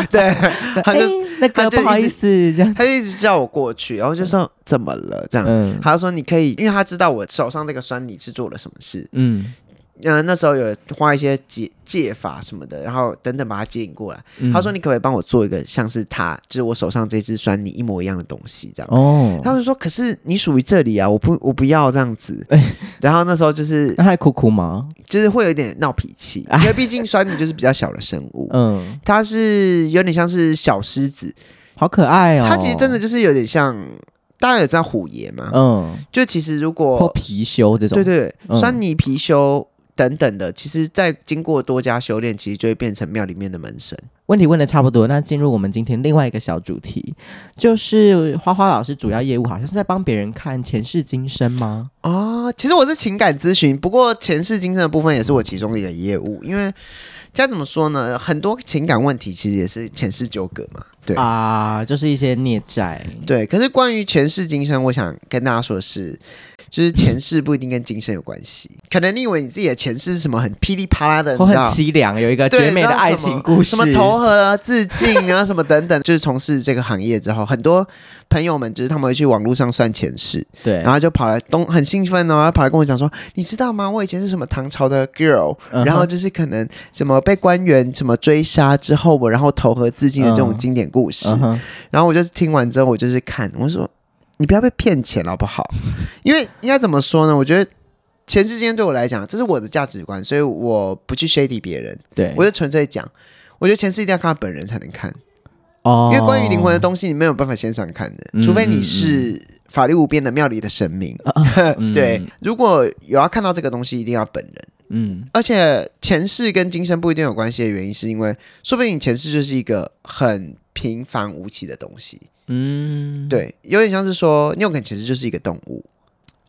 Speaker 2: 对， 他就
Speaker 1: 哎那
Speaker 2: 他
Speaker 1: 个
Speaker 2: 就
Speaker 1: 不好
Speaker 2: 一直
Speaker 1: 意思，这样，
Speaker 2: 他就一直叫我过去，然后就说怎么了这样。
Speaker 1: 嗯
Speaker 2: 他说：“你可以，因为他知道我手上这个酸泥是做了什么事。
Speaker 1: 嗯
Speaker 2: 嗯、那时候有画一些解解法什么的，然后等等把它接引过来。
Speaker 1: 嗯，
Speaker 2: 他说：“你可不可以帮我做一个像是他，就是我手上这只酸泥一模一样的东西？”这样，
Speaker 1: 哦，
Speaker 2: 他就说：“可是你属于这里啊，我不，我不要这样子。
Speaker 1: 哎
Speaker 2: 然后那时候就是
Speaker 1: 那他还哭哭吗？
Speaker 2: 就是会有点闹脾气，因为毕竟酸泥就是比较小的生物，
Speaker 1: 啊嗯，
Speaker 2: 它是有点像是小狮子，
Speaker 1: 好可爱哦，
Speaker 2: 它其实真的就是有点像大家有知道虎爷吗？
Speaker 1: 嗯，
Speaker 2: 就其实如
Speaker 1: 或
Speaker 2: 果
Speaker 1: 貔貅这种，
Speaker 2: 对对
Speaker 1: 嗯
Speaker 2: 对，酸泥貔貅。等等的，其实，在经过多加修炼，其实就会变成庙里面的门神。
Speaker 1: 问题问的差不多，那进入我们今天另外一个小主题，就是花花老师主要业务好像是在帮别人看前世今生吗？
Speaker 2: 哦，其实我是情感咨询，不过前世今生的部分也是我其中的一个业务。因为该怎么说呢，很多情感问题其实也是前世纠葛嘛。对
Speaker 1: 啊，就是一些孽债，
Speaker 2: 对，可是关于前世今生，我想跟大家说的是，就是前世不一定跟今生有关系。可能你以为你自己的前世是什么很噼里啪啦的，你
Speaker 1: 或很
Speaker 2: 知道？
Speaker 1: 凄凉，有一个
Speaker 2: 对
Speaker 1: 绝美的
Speaker 2: 然后
Speaker 1: 爱
Speaker 2: 什么
Speaker 1: 情故事，
Speaker 2: 什么投河啊、自尽啊，什么等 等，就是从事这个行业之后，很多朋友们就是他们会去网络上算前世，
Speaker 1: 对
Speaker 2: 然，后就跑来东很兴奋哦，然后跑来跟我讲说，你知道吗？我以前是什么唐朝的 girl，、
Speaker 1: 嗯哼
Speaker 2: 然后就是可能什么被官员什么追杀之后，我然后投河自尽的这种
Speaker 1: 嗯
Speaker 2: 经典故事。
Speaker 1: 嗯哼
Speaker 2: 然后我就是听完之后，我就是看，我说你不要被骗钱了好不 好？因为应该怎么说呢？我觉得。前世间对我来讲，这是我的价值观，所以我不去 shady 别人，
Speaker 1: 对，
Speaker 2: 我就纯粹讲，我觉得前世一定要看他本人才能看，
Speaker 1: 哦
Speaker 2: 因为关于灵魂的东西你没有办法线上看
Speaker 1: 嗯
Speaker 2: 的，除非你是法力无边的庙里的神明。
Speaker 1: 嗯
Speaker 2: 对，如果有要看到这个东西，一定要本人。
Speaker 1: 嗯，
Speaker 2: 而且前世跟今生不一定有关系的原因，是因为说不定你前世就是一个很平凡无奇的东西。
Speaker 1: 嗯嗯，
Speaker 2: 对，有点像是说，你有可能前世就是一个动物，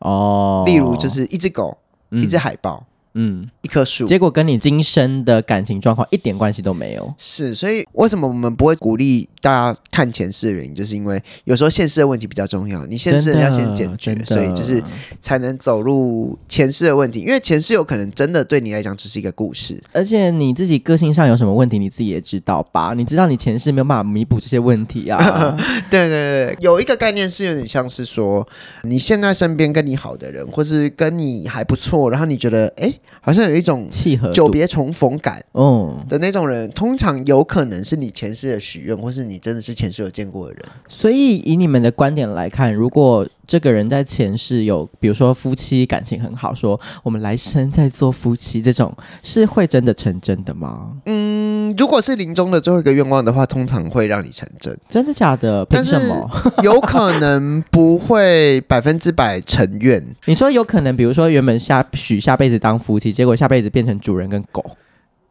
Speaker 1: 哦，
Speaker 2: 例如就是一只狗、
Speaker 1: 嗯
Speaker 2: 一只海豹、
Speaker 1: 嗯，
Speaker 2: 一棵树。
Speaker 1: 结果跟你今生的感情状况一点关系都没有，
Speaker 2: 是，所以为什么我们不会鼓励大家看前世的原因，就是因为有时候现世的问题比较重要，你现世
Speaker 1: 真
Speaker 2: 要
Speaker 1: 的
Speaker 2: 先解决
Speaker 1: 真，的
Speaker 2: 所以就是才能走入前世的问题，因为前世有可能真的对你来讲只是一个故事。
Speaker 1: 而且你自己个性上有什么问题，你自己也知道吧？你知道你前世没有办法弥补这些问题 啊。
Speaker 2: 对对对，有一个概念是有点像是说，你现在身边跟你好的人，或是跟你还不错，然后你觉得哎，好像有一种
Speaker 1: 契合度
Speaker 2: 久，别重逢感
Speaker 1: 嗯，
Speaker 2: 的那种人，通常有可能是你前世的许愿，或是你真的是前世有见过的人。
Speaker 1: 所以以你们的观点来看，如果这个人在前世有，比如说夫妻感情很好，说我们来生再做夫妻，这种是会真的成真的吗？
Speaker 2: 嗯，如果是临终的最后一个愿望的话，通常会让你成真，
Speaker 1: 真的假的？凭
Speaker 2: 但是
Speaker 1: 什么？
Speaker 2: 有可能不会百分之百成愿。
Speaker 1: 你说有可能，比如说原本下许下辈子当夫妻，结果下辈子变成主人跟狗，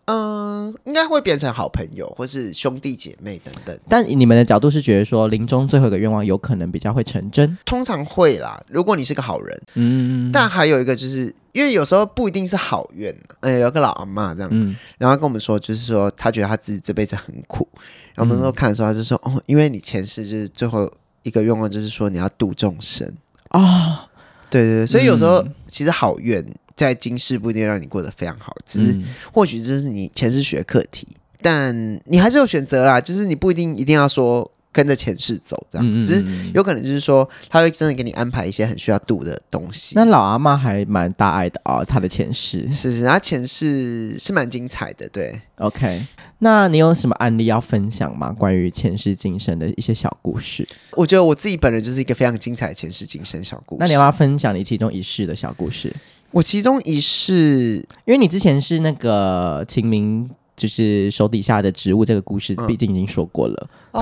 Speaker 2: 嗯，应该会变成好朋友或是兄弟姐妹等等，
Speaker 1: 但以你们的角度是觉得说临终最后一个愿望有可能比较会成真，
Speaker 2: 通常会啦。如果你是个好人，
Speaker 1: 嗯，
Speaker 2: 但还有一个就是因为有时候不一定是好愿、啊，哎、有个老阿嬷这样，
Speaker 1: 嗯。
Speaker 2: 然后跟我们说，就是说她觉得她自己这辈子很苦，然后我们那时候看的时候，她就说哦，因为你前世就是最后一个愿望，就是说你要度众生。
Speaker 1: 啊、
Speaker 2: 对对对，所以有时候、
Speaker 1: 嗯
Speaker 2: 其实好愿在今世不一定让你过得非常好，
Speaker 1: 嗯
Speaker 2: 只是、或许这是你前世学课题，但你还是有选择啦，就是你不一定一定要说跟着前世走这样，
Speaker 1: 嗯嗯
Speaker 2: 只是
Speaker 1: 嗯
Speaker 2: 有可能就是说他会真的给你安排一些很需要度的东西。
Speaker 1: 那老阿妈还蛮大爱的哦，她的前世。
Speaker 2: 是是，他前世是蛮精彩的，对。
Speaker 1: OK，那你有什么案例要分享吗？关于前世今生的一些小故事？
Speaker 2: 我觉得我自己本人就是一个非常精彩的前世今生小故事。
Speaker 1: 那你要不要分享你其中一世的小故事？
Speaker 2: 我其中一世
Speaker 1: 因为你之前是那个秦明就是手底下的植物这个故事，
Speaker 2: 嗯
Speaker 1: 毕竟已经说过了。
Speaker 2: 我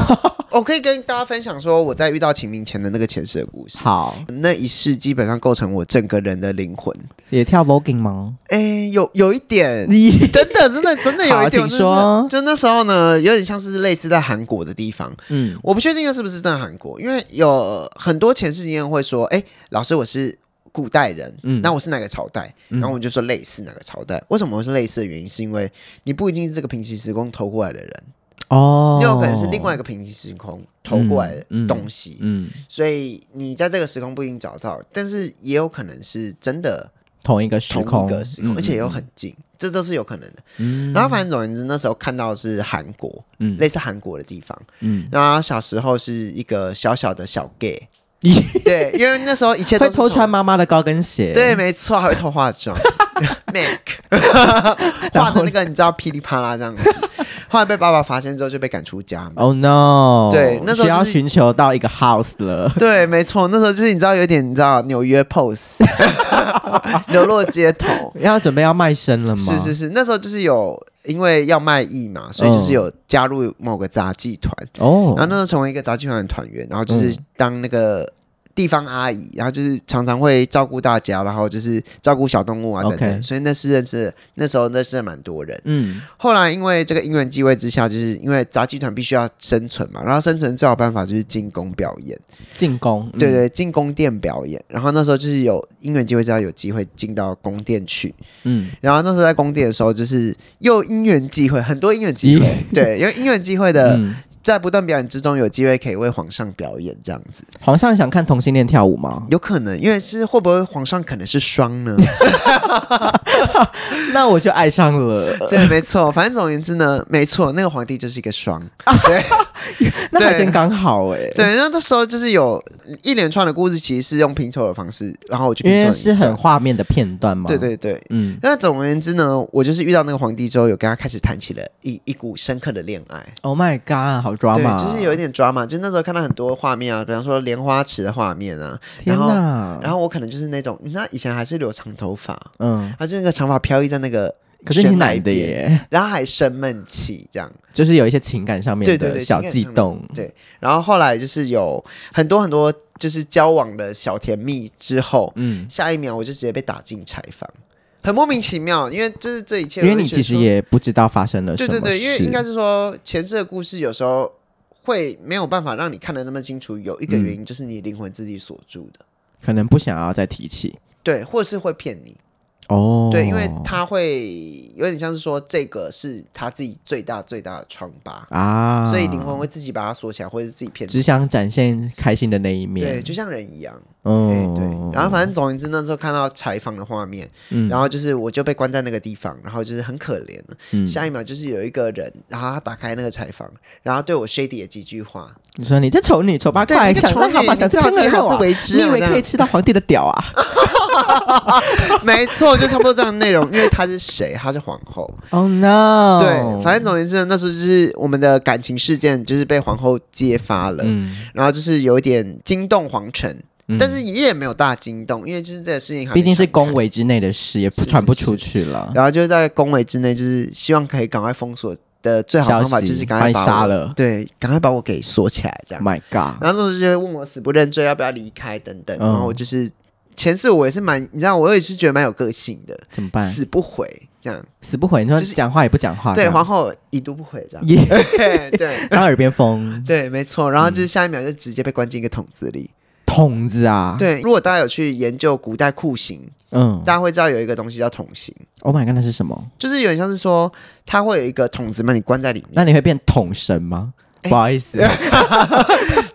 Speaker 2: 哦可以跟大家分享说，我在遇到秦明前的那个前世的故事。
Speaker 1: 好，
Speaker 2: 那一世基本上构成我整个人的灵魂。
Speaker 1: 也跳 voguing 吗？
Speaker 2: 哎，有有一点，
Speaker 1: 你
Speaker 2: 真的真的真的有
Speaker 1: 好
Speaker 2: 一点。
Speaker 1: 请说
Speaker 2: 我真的就那时候呢，有点像是类似在韩国的地方，
Speaker 1: 嗯
Speaker 2: 我不确定那是不是真的韩国，因为有很多前世经验会说，哎，老师我是。古代人，
Speaker 1: 嗯
Speaker 2: 那我是哪个朝代？
Speaker 1: 嗯
Speaker 2: 然后我就说类似哪个朝代。为什么我是类似的原因，是因为你不一定是这个平行时空投过来的人，
Speaker 1: 哦
Speaker 2: 你有可能是另外一个平行时空投过来
Speaker 1: 嗯嗯
Speaker 2: 的东西，
Speaker 1: 嗯
Speaker 2: 所以你在这个时空不一定找到，但是也有可能是真的
Speaker 1: 同一个时
Speaker 2: 同
Speaker 1: 空，
Speaker 2: 一个时空，
Speaker 1: 嗯
Speaker 2: 而且又很近，这都是有可能的。
Speaker 1: 嗯
Speaker 2: 然后反正总而言之，那时候看到的是韩国，
Speaker 1: 嗯
Speaker 2: 类似韩国的地方。
Speaker 1: 嗯，
Speaker 2: 然后小时候是一个小小的小 gay，
Speaker 1: 你
Speaker 2: 对，因为那时候一切都
Speaker 1: 会
Speaker 2: 是
Speaker 1: 偷穿
Speaker 2: 从。
Speaker 1: 妈妈的高跟鞋，
Speaker 2: 对，，没错，还会偷 化妆，make 画的那个你知道噼里啪啦这样子，后来被爸爸发现之后就被赶出家门。
Speaker 1: Oh no！
Speaker 2: 对那时候
Speaker 1: 需要
Speaker 2: 就是
Speaker 1: 寻求到一个 house 了。
Speaker 2: 对，没错，那时候就是你知道有点你知道纽约 pose，流落街头，
Speaker 1: 要准备要卖身了吗？
Speaker 2: 是是是，那时候就是有因为要卖艺嘛，所以
Speaker 1: 嗯
Speaker 2: 就是有加入某个杂技团，
Speaker 1: 哦嗯
Speaker 2: 然后那时候成为一个杂技团的团员，然后就是当那个地方阿姨，然后就是常常会照顾大家，然后就是照顾小动物啊
Speaker 1: OK
Speaker 2: 等等所以那是认识那时候认识了蛮多人。
Speaker 1: 嗯
Speaker 2: 后来因为这个因缘机会之下，就是因为杂技团必须要生存嘛，然后生存最好办法就是进宫表演，
Speaker 1: 进攻，嗯
Speaker 2: 对，对，进宫殿表演。然后那时候就是有因缘机会之下有机会进到宫殿去，
Speaker 1: 嗯
Speaker 2: 然后那时候在工地的时候，就是又因缘际会，很多因缘际会，对，因为因缘际 会的，
Speaker 1: 嗯，
Speaker 2: 在不断表演之中，有机会可以为皇上表演这样子，
Speaker 1: 皇上想看同性恋跳舞 吗？
Speaker 2: 有可能，因为是会不会皇上可能是双呢？
Speaker 1: 那我就爱上了。
Speaker 2: 对，没错，反正总而言之呢，没错，那个皇帝就是一个双，对
Speaker 1: 那还
Speaker 2: 对
Speaker 1: 真刚好哎、，
Speaker 2: 对，那那时候就是有一连串的故事，其实是用拼凑的方式，然后我去
Speaker 1: 因
Speaker 2: 拼凑
Speaker 1: 为
Speaker 2: 了
Speaker 1: 是
Speaker 2: 一段
Speaker 1: 很，画面的片段嘛。
Speaker 2: 对，对对。
Speaker 1: 嗯，
Speaker 2: 那总而言之呢，我就是遇到那个皇帝之后，有跟他开始谈起了一一股深刻的恋爱。
Speaker 1: Oh my god，好抓
Speaker 2: 对
Speaker 1: 马，，
Speaker 2: 就是有一点抓嘛，就那时候看到很多画面啊，比方说莲花池的画面啊，
Speaker 1: 天哪，
Speaker 2: 然后我可能就是那种，你知道以前还是留长头发，
Speaker 1: 嗯，
Speaker 2: 他就那个长发飘逸在那个，
Speaker 1: 可是你奶的，耶，
Speaker 2: 然后还生闷气这样，
Speaker 1: 就是有一些情感上面
Speaker 2: 对对
Speaker 1: 的
Speaker 2: 对，
Speaker 1: 小
Speaker 2: 情感
Speaker 1: 悸
Speaker 2: 上面
Speaker 1: 动，
Speaker 2: 对，然后后来就是有很多很多就是交往的小甜蜜之后，
Speaker 1: 嗯，
Speaker 2: 下一秒我就直接被打进柴房，很莫名其妙，因为这是这一切，
Speaker 1: 因为
Speaker 2: 我就
Speaker 1: 你
Speaker 2: 觉
Speaker 1: 其
Speaker 2: 得
Speaker 1: 实
Speaker 2: 说
Speaker 1: 也不知道发生了什
Speaker 2: 对
Speaker 1: 么
Speaker 2: 对
Speaker 1: 事，
Speaker 2: 对，因为应该是说前世的故事有时候会没有办法让你看得那么清楚，有一个
Speaker 1: 嗯
Speaker 2: 原因就是你灵魂自己锁住的，
Speaker 1: 可能不想要再提起
Speaker 2: 对，或是会骗你，
Speaker 1: 哦，
Speaker 2: 对，因为他会有点像是说这个是他自己最大最大的疮疤，
Speaker 1: 啊，
Speaker 2: 所以灵魂会自己把它锁起来，或者是自己骗自
Speaker 1: 只
Speaker 2: 己。
Speaker 1: 想展现开心的那一面。
Speaker 2: 对，就像人一样，对、
Speaker 1: 嗯，
Speaker 2: 对。然后反正总而言之，那时候看到采访的画面，
Speaker 1: 嗯
Speaker 2: 然后就是我就被关在那个地方，然后就是很可怜。
Speaker 1: 嗯
Speaker 2: 下一秒就是有一个人，然后他打开那个采访，然后对我 shady 的几句话，
Speaker 1: 你说你这丑女丑八
Speaker 2: 对，
Speaker 1: 怪，
Speaker 2: 那个
Speaker 1: 啊想
Speaker 2: 丑
Speaker 1: 当
Speaker 2: 女
Speaker 1: 好吧，
Speaker 2: 你
Speaker 1: 想
Speaker 2: 最好
Speaker 1: 当
Speaker 2: 自己
Speaker 1: 个肉
Speaker 2: 好自
Speaker 1: 啊！
Speaker 2: 为之
Speaker 1: 你
Speaker 2: 啊，
Speaker 1: 以为可以吃到皇帝的屌啊？
Speaker 2: 这样？没错，就差不多这样的内容。因为她是谁？她是皇后。
Speaker 1: 哦 no！
Speaker 2: 对，反正总而言之呢，那时候就是我们的感情事件，就是被皇后揭发了，
Speaker 1: 嗯，
Speaker 2: 然后就是有一点惊动皇城，
Speaker 1: 嗯
Speaker 2: 但是也没有大惊动，因为就是这个事情还没
Speaker 1: 毕竟是
Speaker 2: 传开
Speaker 1: 宫。闱之内的事，也不
Speaker 2: 是是
Speaker 1: 传不
Speaker 2: 是
Speaker 1: 出去了。
Speaker 2: 然后就是在宫闱之内，就是希望可以赶快封锁的最好的
Speaker 1: 消
Speaker 2: 方法
Speaker 1: 息
Speaker 2: 就是赶
Speaker 1: 把
Speaker 2: 快
Speaker 1: 你
Speaker 2: 把
Speaker 1: 杀嗯
Speaker 2: 我
Speaker 1: 了
Speaker 2: 对，赶快把我给锁起来这样。
Speaker 1: My God！
Speaker 2: 然后那时候就问我死不认罪，要不要离开等等。
Speaker 1: 嗯
Speaker 2: 然后我就是前世我也是蛮，你知道，我也是觉得蛮有个性的，
Speaker 1: 怎么办？
Speaker 2: 死不悔这样。
Speaker 1: 死不回，你说
Speaker 2: 就是
Speaker 1: 讲话也不讲话，
Speaker 2: 对，
Speaker 1: 这样
Speaker 2: 皇 后已读不回这样。
Speaker 1: 也
Speaker 2: 对对
Speaker 1: 当耳边风，
Speaker 2: 对，没错。然后
Speaker 1: 嗯
Speaker 2: 就是下一秒就直接被关进一个桶子里。
Speaker 1: 筒子啊！，
Speaker 2: 对，如果大家有去研究古代酷刑，
Speaker 1: 嗯
Speaker 2: 大家会知道有一个东西叫桶刑，
Speaker 1: ，Oh my God，那是什么？
Speaker 2: 就是有点像是说，它会有一个桶子把你关在里面。
Speaker 1: 那你会变桶神吗？
Speaker 2: 哎
Speaker 1: 不好意 思，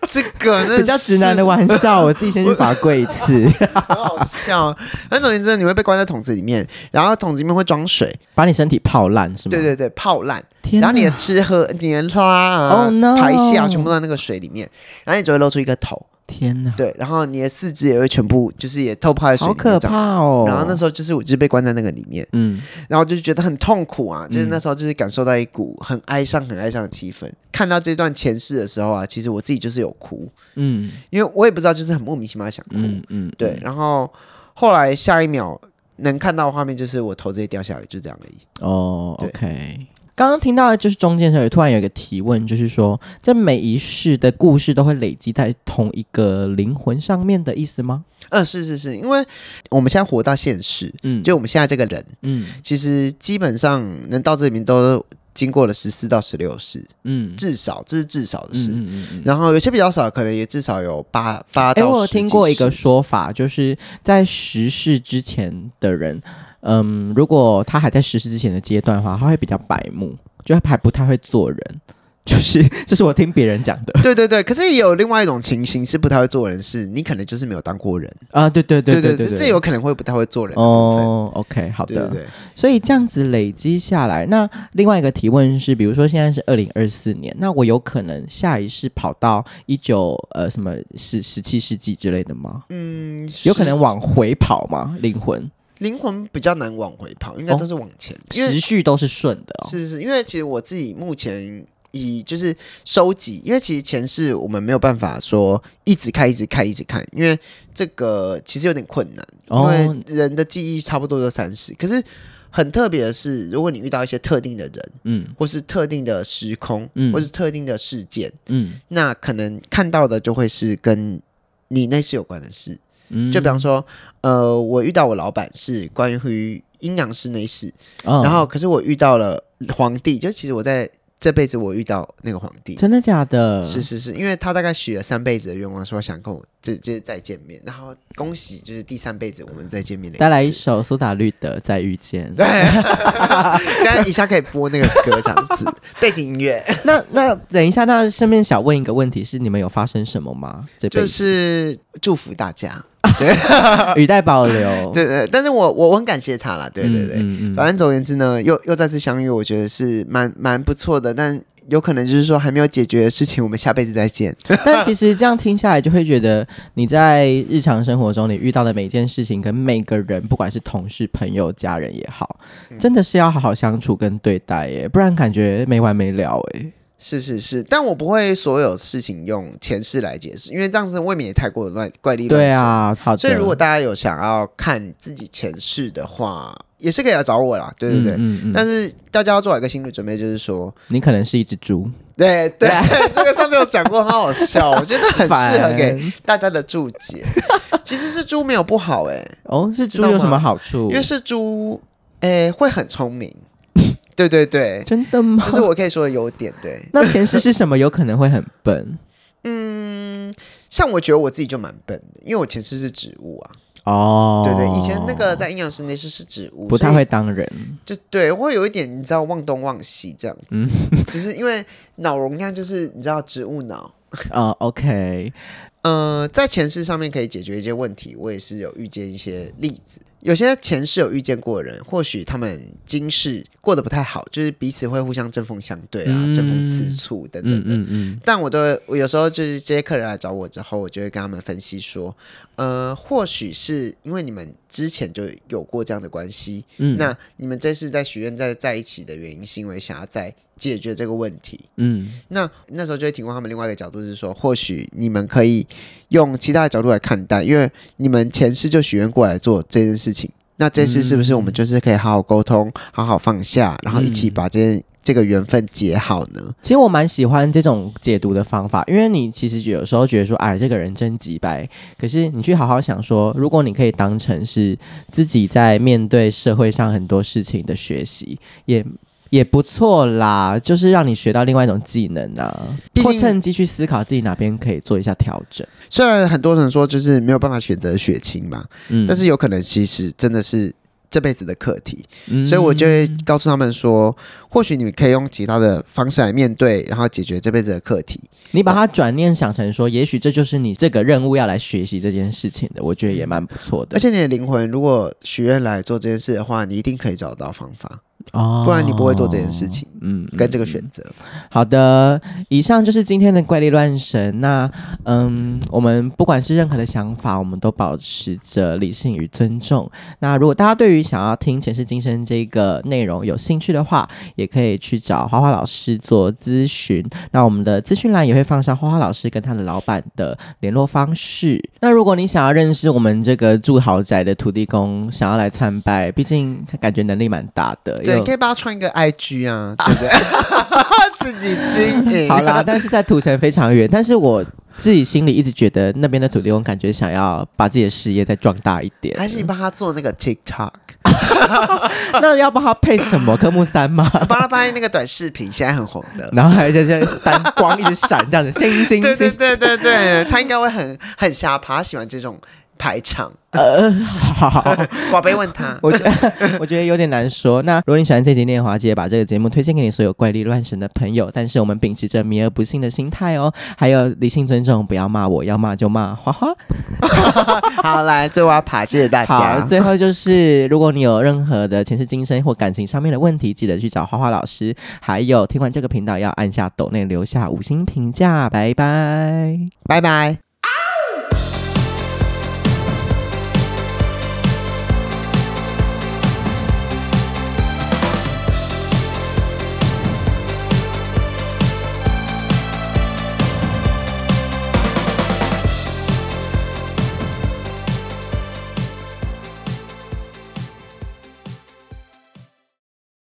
Speaker 2: 这个那
Speaker 1: 比较直男的玩 笑，我自己先去罚跪一次，
Speaker 2: 很好笑。那总而言之，你会被关在桶子里面，然后桶子里面会装水，
Speaker 1: 把你身体泡烂是吗？
Speaker 2: 对，对对，泡烂。
Speaker 1: 天哪，
Speaker 2: 然后你的吃喝、你的拉啊、
Speaker 1: Oh, no
Speaker 2: 排泄啊，全部都在那个水里面，然后你只会露出一个头，
Speaker 1: 天哪，
Speaker 2: 对，然后你的四肢也会全部就是也透泡在水里
Speaker 1: 好
Speaker 2: 面，
Speaker 1: 可
Speaker 2: 这
Speaker 1: 怕
Speaker 2: 样。
Speaker 1: 哦！
Speaker 2: 然后那时候就是我就是被关在那个里面，
Speaker 1: 嗯，
Speaker 2: 然后就是觉得很痛苦啊，就是
Speaker 1: 嗯
Speaker 2: 那时候就是感受到一股很哀伤、很哀伤的气氛。看到这段前世的时候啊，其实我自己就是有哭，
Speaker 1: 嗯
Speaker 2: 因为我也不知道，就是很莫名其妙地想哭。
Speaker 1: 嗯嗯，
Speaker 2: 对，然后后来下一秒能看到的画面就是我头直接掉下来，就这样而已。
Speaker 1: 哦
Speaker 2: 对
Speaker 1: ，OK。刚刚听到的就是中间的时候，突然有一个提问，就是说，这每一世的故事都会累积在同一个灵魂上面的意思吗？
Speaker 2: 嗯，是是是，因为我们现在活到现实，
Speaker 1: 嗯，
Speaker 2: 就我们现在这个人，
Speaker 1: 嗯
Speaker 2: 其实基本上能到这里面都经过了十四到十六世，
Speaker 1: 嗯，
Speaker 2: 至少这是至少的
Speaker 1: 嗯
Speaker 2: 事。
Speaker 1: 嗯嗯嗯
Speaker 2: 然后有些比较少，可能也至少有八八
Speaker 1: 哎、
Speaker 2: 到。
Speaker 1: 我有听过一个，说法，就是在十世之前的人，嗯，如果他还在十世之前的阶段的话，他会比较白目，就他还不太会做人。 就是，这是我听别人讲的
Speaker 2: 对对对。可是也有另外一种情形是不太会做人事，你可能就是没有当过人。
Speaker 1: 啊，对对对
Speaker 2: 对
Speaker 1: 对对，
Speaker 2: 这有可能会不太会做人的部分。
Speaker 1: 哦，OK，好的
Speaker 2: 对对对，
Speaker 1: 所以这样子累积下来，那另外一个提问是，比如说现在是二零二四年，那我有可能下一世跑到一九呃什么十十七世纪之类的吗？
Speaker 2: 嗯，
Speaker 1: 有可能往回跑吗？灵魂
Speaker 2: 灵魂比较难往回跑，应该都是往前，因为
Speaker 1: 哦时序都是顺的、哦，
Speaker 2: 是是是，因为其实我自己目前以就是收集，因为其实前世我们没有办法说一直看、一直看、一直看，因为这个其实有点困难，
Speaker 1: 哦
Speaker 2: 因为人的记忆差不多就三十，可是。很特别的是，如果你遇到一些特定的人，
Speaker 1: 嗯
Speaker 2: 或是特定的时空，
Speaker 1: 嗯
Speaker 2: 或是特定的事件，
Speaker 1: 嗯
Speaker 2: 那可能看到的就会是跟你那世有关的事。
Speaker 1: 嗯
Speaker 2: 就比方说，呃，我遇到我老板是关于阴阳师那一世，
Speaker 1: 嗯
Speaker 2: 然后可是我遇到了皇帝，就其实我在这辈子我遇到那个皇帝，
Speaker 1: 真的假的？
Speaker 2: 是是是，因为他大概许了三辈子的愿望，说想跟我这这再见面，然后恭喜，就是第三辈子我们再见面的。
Speaker 1: 带来一首苏打绿的《再遇见》。
Speaker 2: 对，现在一下可以播那个歌这样子，背景 音乐
Speaker 1: 那那等一下，那顺便想问一个问题是，你们有发生什么吗？这辈
Speaker 2: 就
Speaker 1: 子
Speaker 2: 是祝福大家。
Speaker 1: 语带保留。
Speaker 2: 对对，对但是我我我很感谢他啦，对对对，
Speaker 1: 嗯嗯嗯
Speaker 2: 反正总而言之呢，又又再次相遇，我觉得是蛮蛮不错的，但有可能就是说还没有解决的事情，我们下辈子再见。
Speaker 1: 但其实这样听下来，就会觉得你在日常生活中你遇到的每一件事情，跟每个人，不管是同事、朋友、家人也好，
Speaker 2: 嗯
Speaker 1: 真的是要好好相处跟对待耶，不然感觉没完没了哎。
Speaker 2: 是是是，但我不会所有事情用前世来解释，因为这样子未免也太过乱怪力乱
Speaker 1: 对
Speaker 2: 神。
Speaker 1: 啊，好的。
Speaker 2: 所以如果大家有想要看自己前世的话，也是可以来找我啦，对对对。
Speaker 1: 嗯嗯嗯
Speaker 2: 但是大家要做好一个心理准备，就是说，
Speaker 1: 你可能是一只猪，
Speaker 2: 对 对，
Speaker 1: 啊
Speaker 2: 这个上次有讲过，很好笑，我觉得很 适合给
Speaker 1: 烦
Speaker 2: 大家的注解。其实是猪没有不好哎、
Speaker 1: 哦，是
Speaker 2: 知
Speaker 1: 猪
Speaker 2: 道
Speaker 1: 有什
Speaker 2: 吗
Speaker 1: 么好处
Speaker 2: 因？为是猪，哎、会很 聪明。对对对，
Speaker 1: 真的吗
Speaker 2: 这？是我可以说的优点。对，
Speaker 1: 那前世是什么？有可能会很笨
Speaker 2: 嗯，像我觉得我自己就蛮笨的，因为我前世是植物啊，
Speaker 1: 哦。
Speaker 2: 对对，以前那个在阴阳师那世是植物，
Speaker 1: 不太
Speaker 2: 所以
Speaker 1: 会当人，
Speaker 2: 就对，我会有一点你知道忘东忘西这样子，
Speaker 1: 嗯
Speaker 2: 就是因为脑容量就是你知道植物脑，
Speaker 1: 哦，OK，
Speaker 2: 呃，在前世上面可以解决一些问题，我也是有遇见一些例子。有些前世有遇见过的人，或许他们今世过得不太好，就是彼此会互相针锋相对啊，针锋
Speaker 1: 嗯
Speaker 2: 吃醋等等
Speaker 1: 嗯
Speaker 2: 等。
Speaker 1: 嗯嗯，
Speaker 2: 但我都会我有时候就是这些客人来找我之后，我就会跟他们分析说，呃，或许是因为你们之前就有过这样的关系，
Speaker 1: 嗯
Speaker 2: 那你们这次在许愿在在一起的原因，是因为想要再解决这个问题。
Speaker 1: 嗯
Speaker 2: 那那时候就会提供他们另外一个角度，是说，或许你们可以用其他的角度来看待，因为你们前世就许愿过来做这件事情，那这次是不是我们就是可以好好沟通，好好放下，然后一起
Speaker 1: 嗯
Speaker 2: 把这件这个缘分结好呢？
Speaker 1: 其实我蛮喜欢这种解读的方法，因为你其实有时候觉得说，哎，这个人真急白，可是你去好好想说，如果你可以当成是自己在面对社会上很多事情的学习，也也不错啦，就是让你学到另外一种技能啊，
Speaker 2: 毕
Speaker 1: 或
Speaker 2: 竟
Speaker 1: 趁机去思考自己哪边可以做一下调整。
Speaker 2: 虽然很多人说就是没有办法选择血亲嘛，
Speaker 1: 嗯
Speaker 2: 但是有可能其实真的是这辈子的课题，
Speaker 1: 嗯
Speaker 2: 所以我就会告诉他们说，或许你们可以用其他的方式来面对，然后解决这辈子的课题。
Speaker 1: 你把它转念想成说，也许这就是你这个任务要来学习这件事情的，我觉得也蛮不错的
Speaker 2: 而。且你的灵魂如果许愿来做这件事的话，你一定可以找到方法，
Speaker 1: 哦
Speaker 2: 不然你不会做这件事情。
Speaker 1: 嗯
Speaker 2: 跟这个选择，
Speaker 1: 好的，以上就是今天的怪力乱神。那嗯，我们不管是任何的想法，我们都保持着理性与尊重。那如果大家对于想要听前世今生这个内容有兴趣的话，也可以去找花花老师做咨询。那我们的资讯栏也会放上花花老师跟他的老板的联络方式。那如果你想要认识我们这个住豪宅的土地公，想要来参拜，毕竟他感觉能力蛮大的，
Speaker 2: 对，
Speaker 1: 又
Speaker 2: 你可以帮他穿一个 IG 啊，对对？ 自己经 营。
Speaker 1: 好啦，但是在土城非常远，但是我自己心里一直觉得那边的土地公感觉想要把自己的事业再壮大一点，
Speaker 2: 还是你帮他做那个 TikTok，
Speaker 1: 那要帮他配什么科目三吗？
Speaker 2: 帮他拍那个短视频，现在很红 的。
Speaker 1: 然后还有这这单光一直闪这样子，星星
Speaker 2: 对对
Speaker 1: 星，
Speaker 2: 对对对，他应该会很很瞎爬，他喜欢这种排场。
Speaker 1: 呃， 好。
Speaker 2: 宝贝问 他，
Speaker 1: 我觉得我觉得有点难说。那如果你喜欢这集念华姐，把这个节目推荐给你所有怪力乱神的朋友，但是我们秉持着迷而不信的心态哦，还有理性尊重，不要骂我，要骂就骂花花。
Speaker 2: 好来，最后要爬，谢谢大
Speaker 1: 好，
Speaker 2: 家。
Speaker 1: 最后就是如果你有任何的前世今生或感情上面的问题，记得去找花花老师。还有听完这个频道要按下抖内留下五星评价，拜拜。
Speaker 2: 拜拜。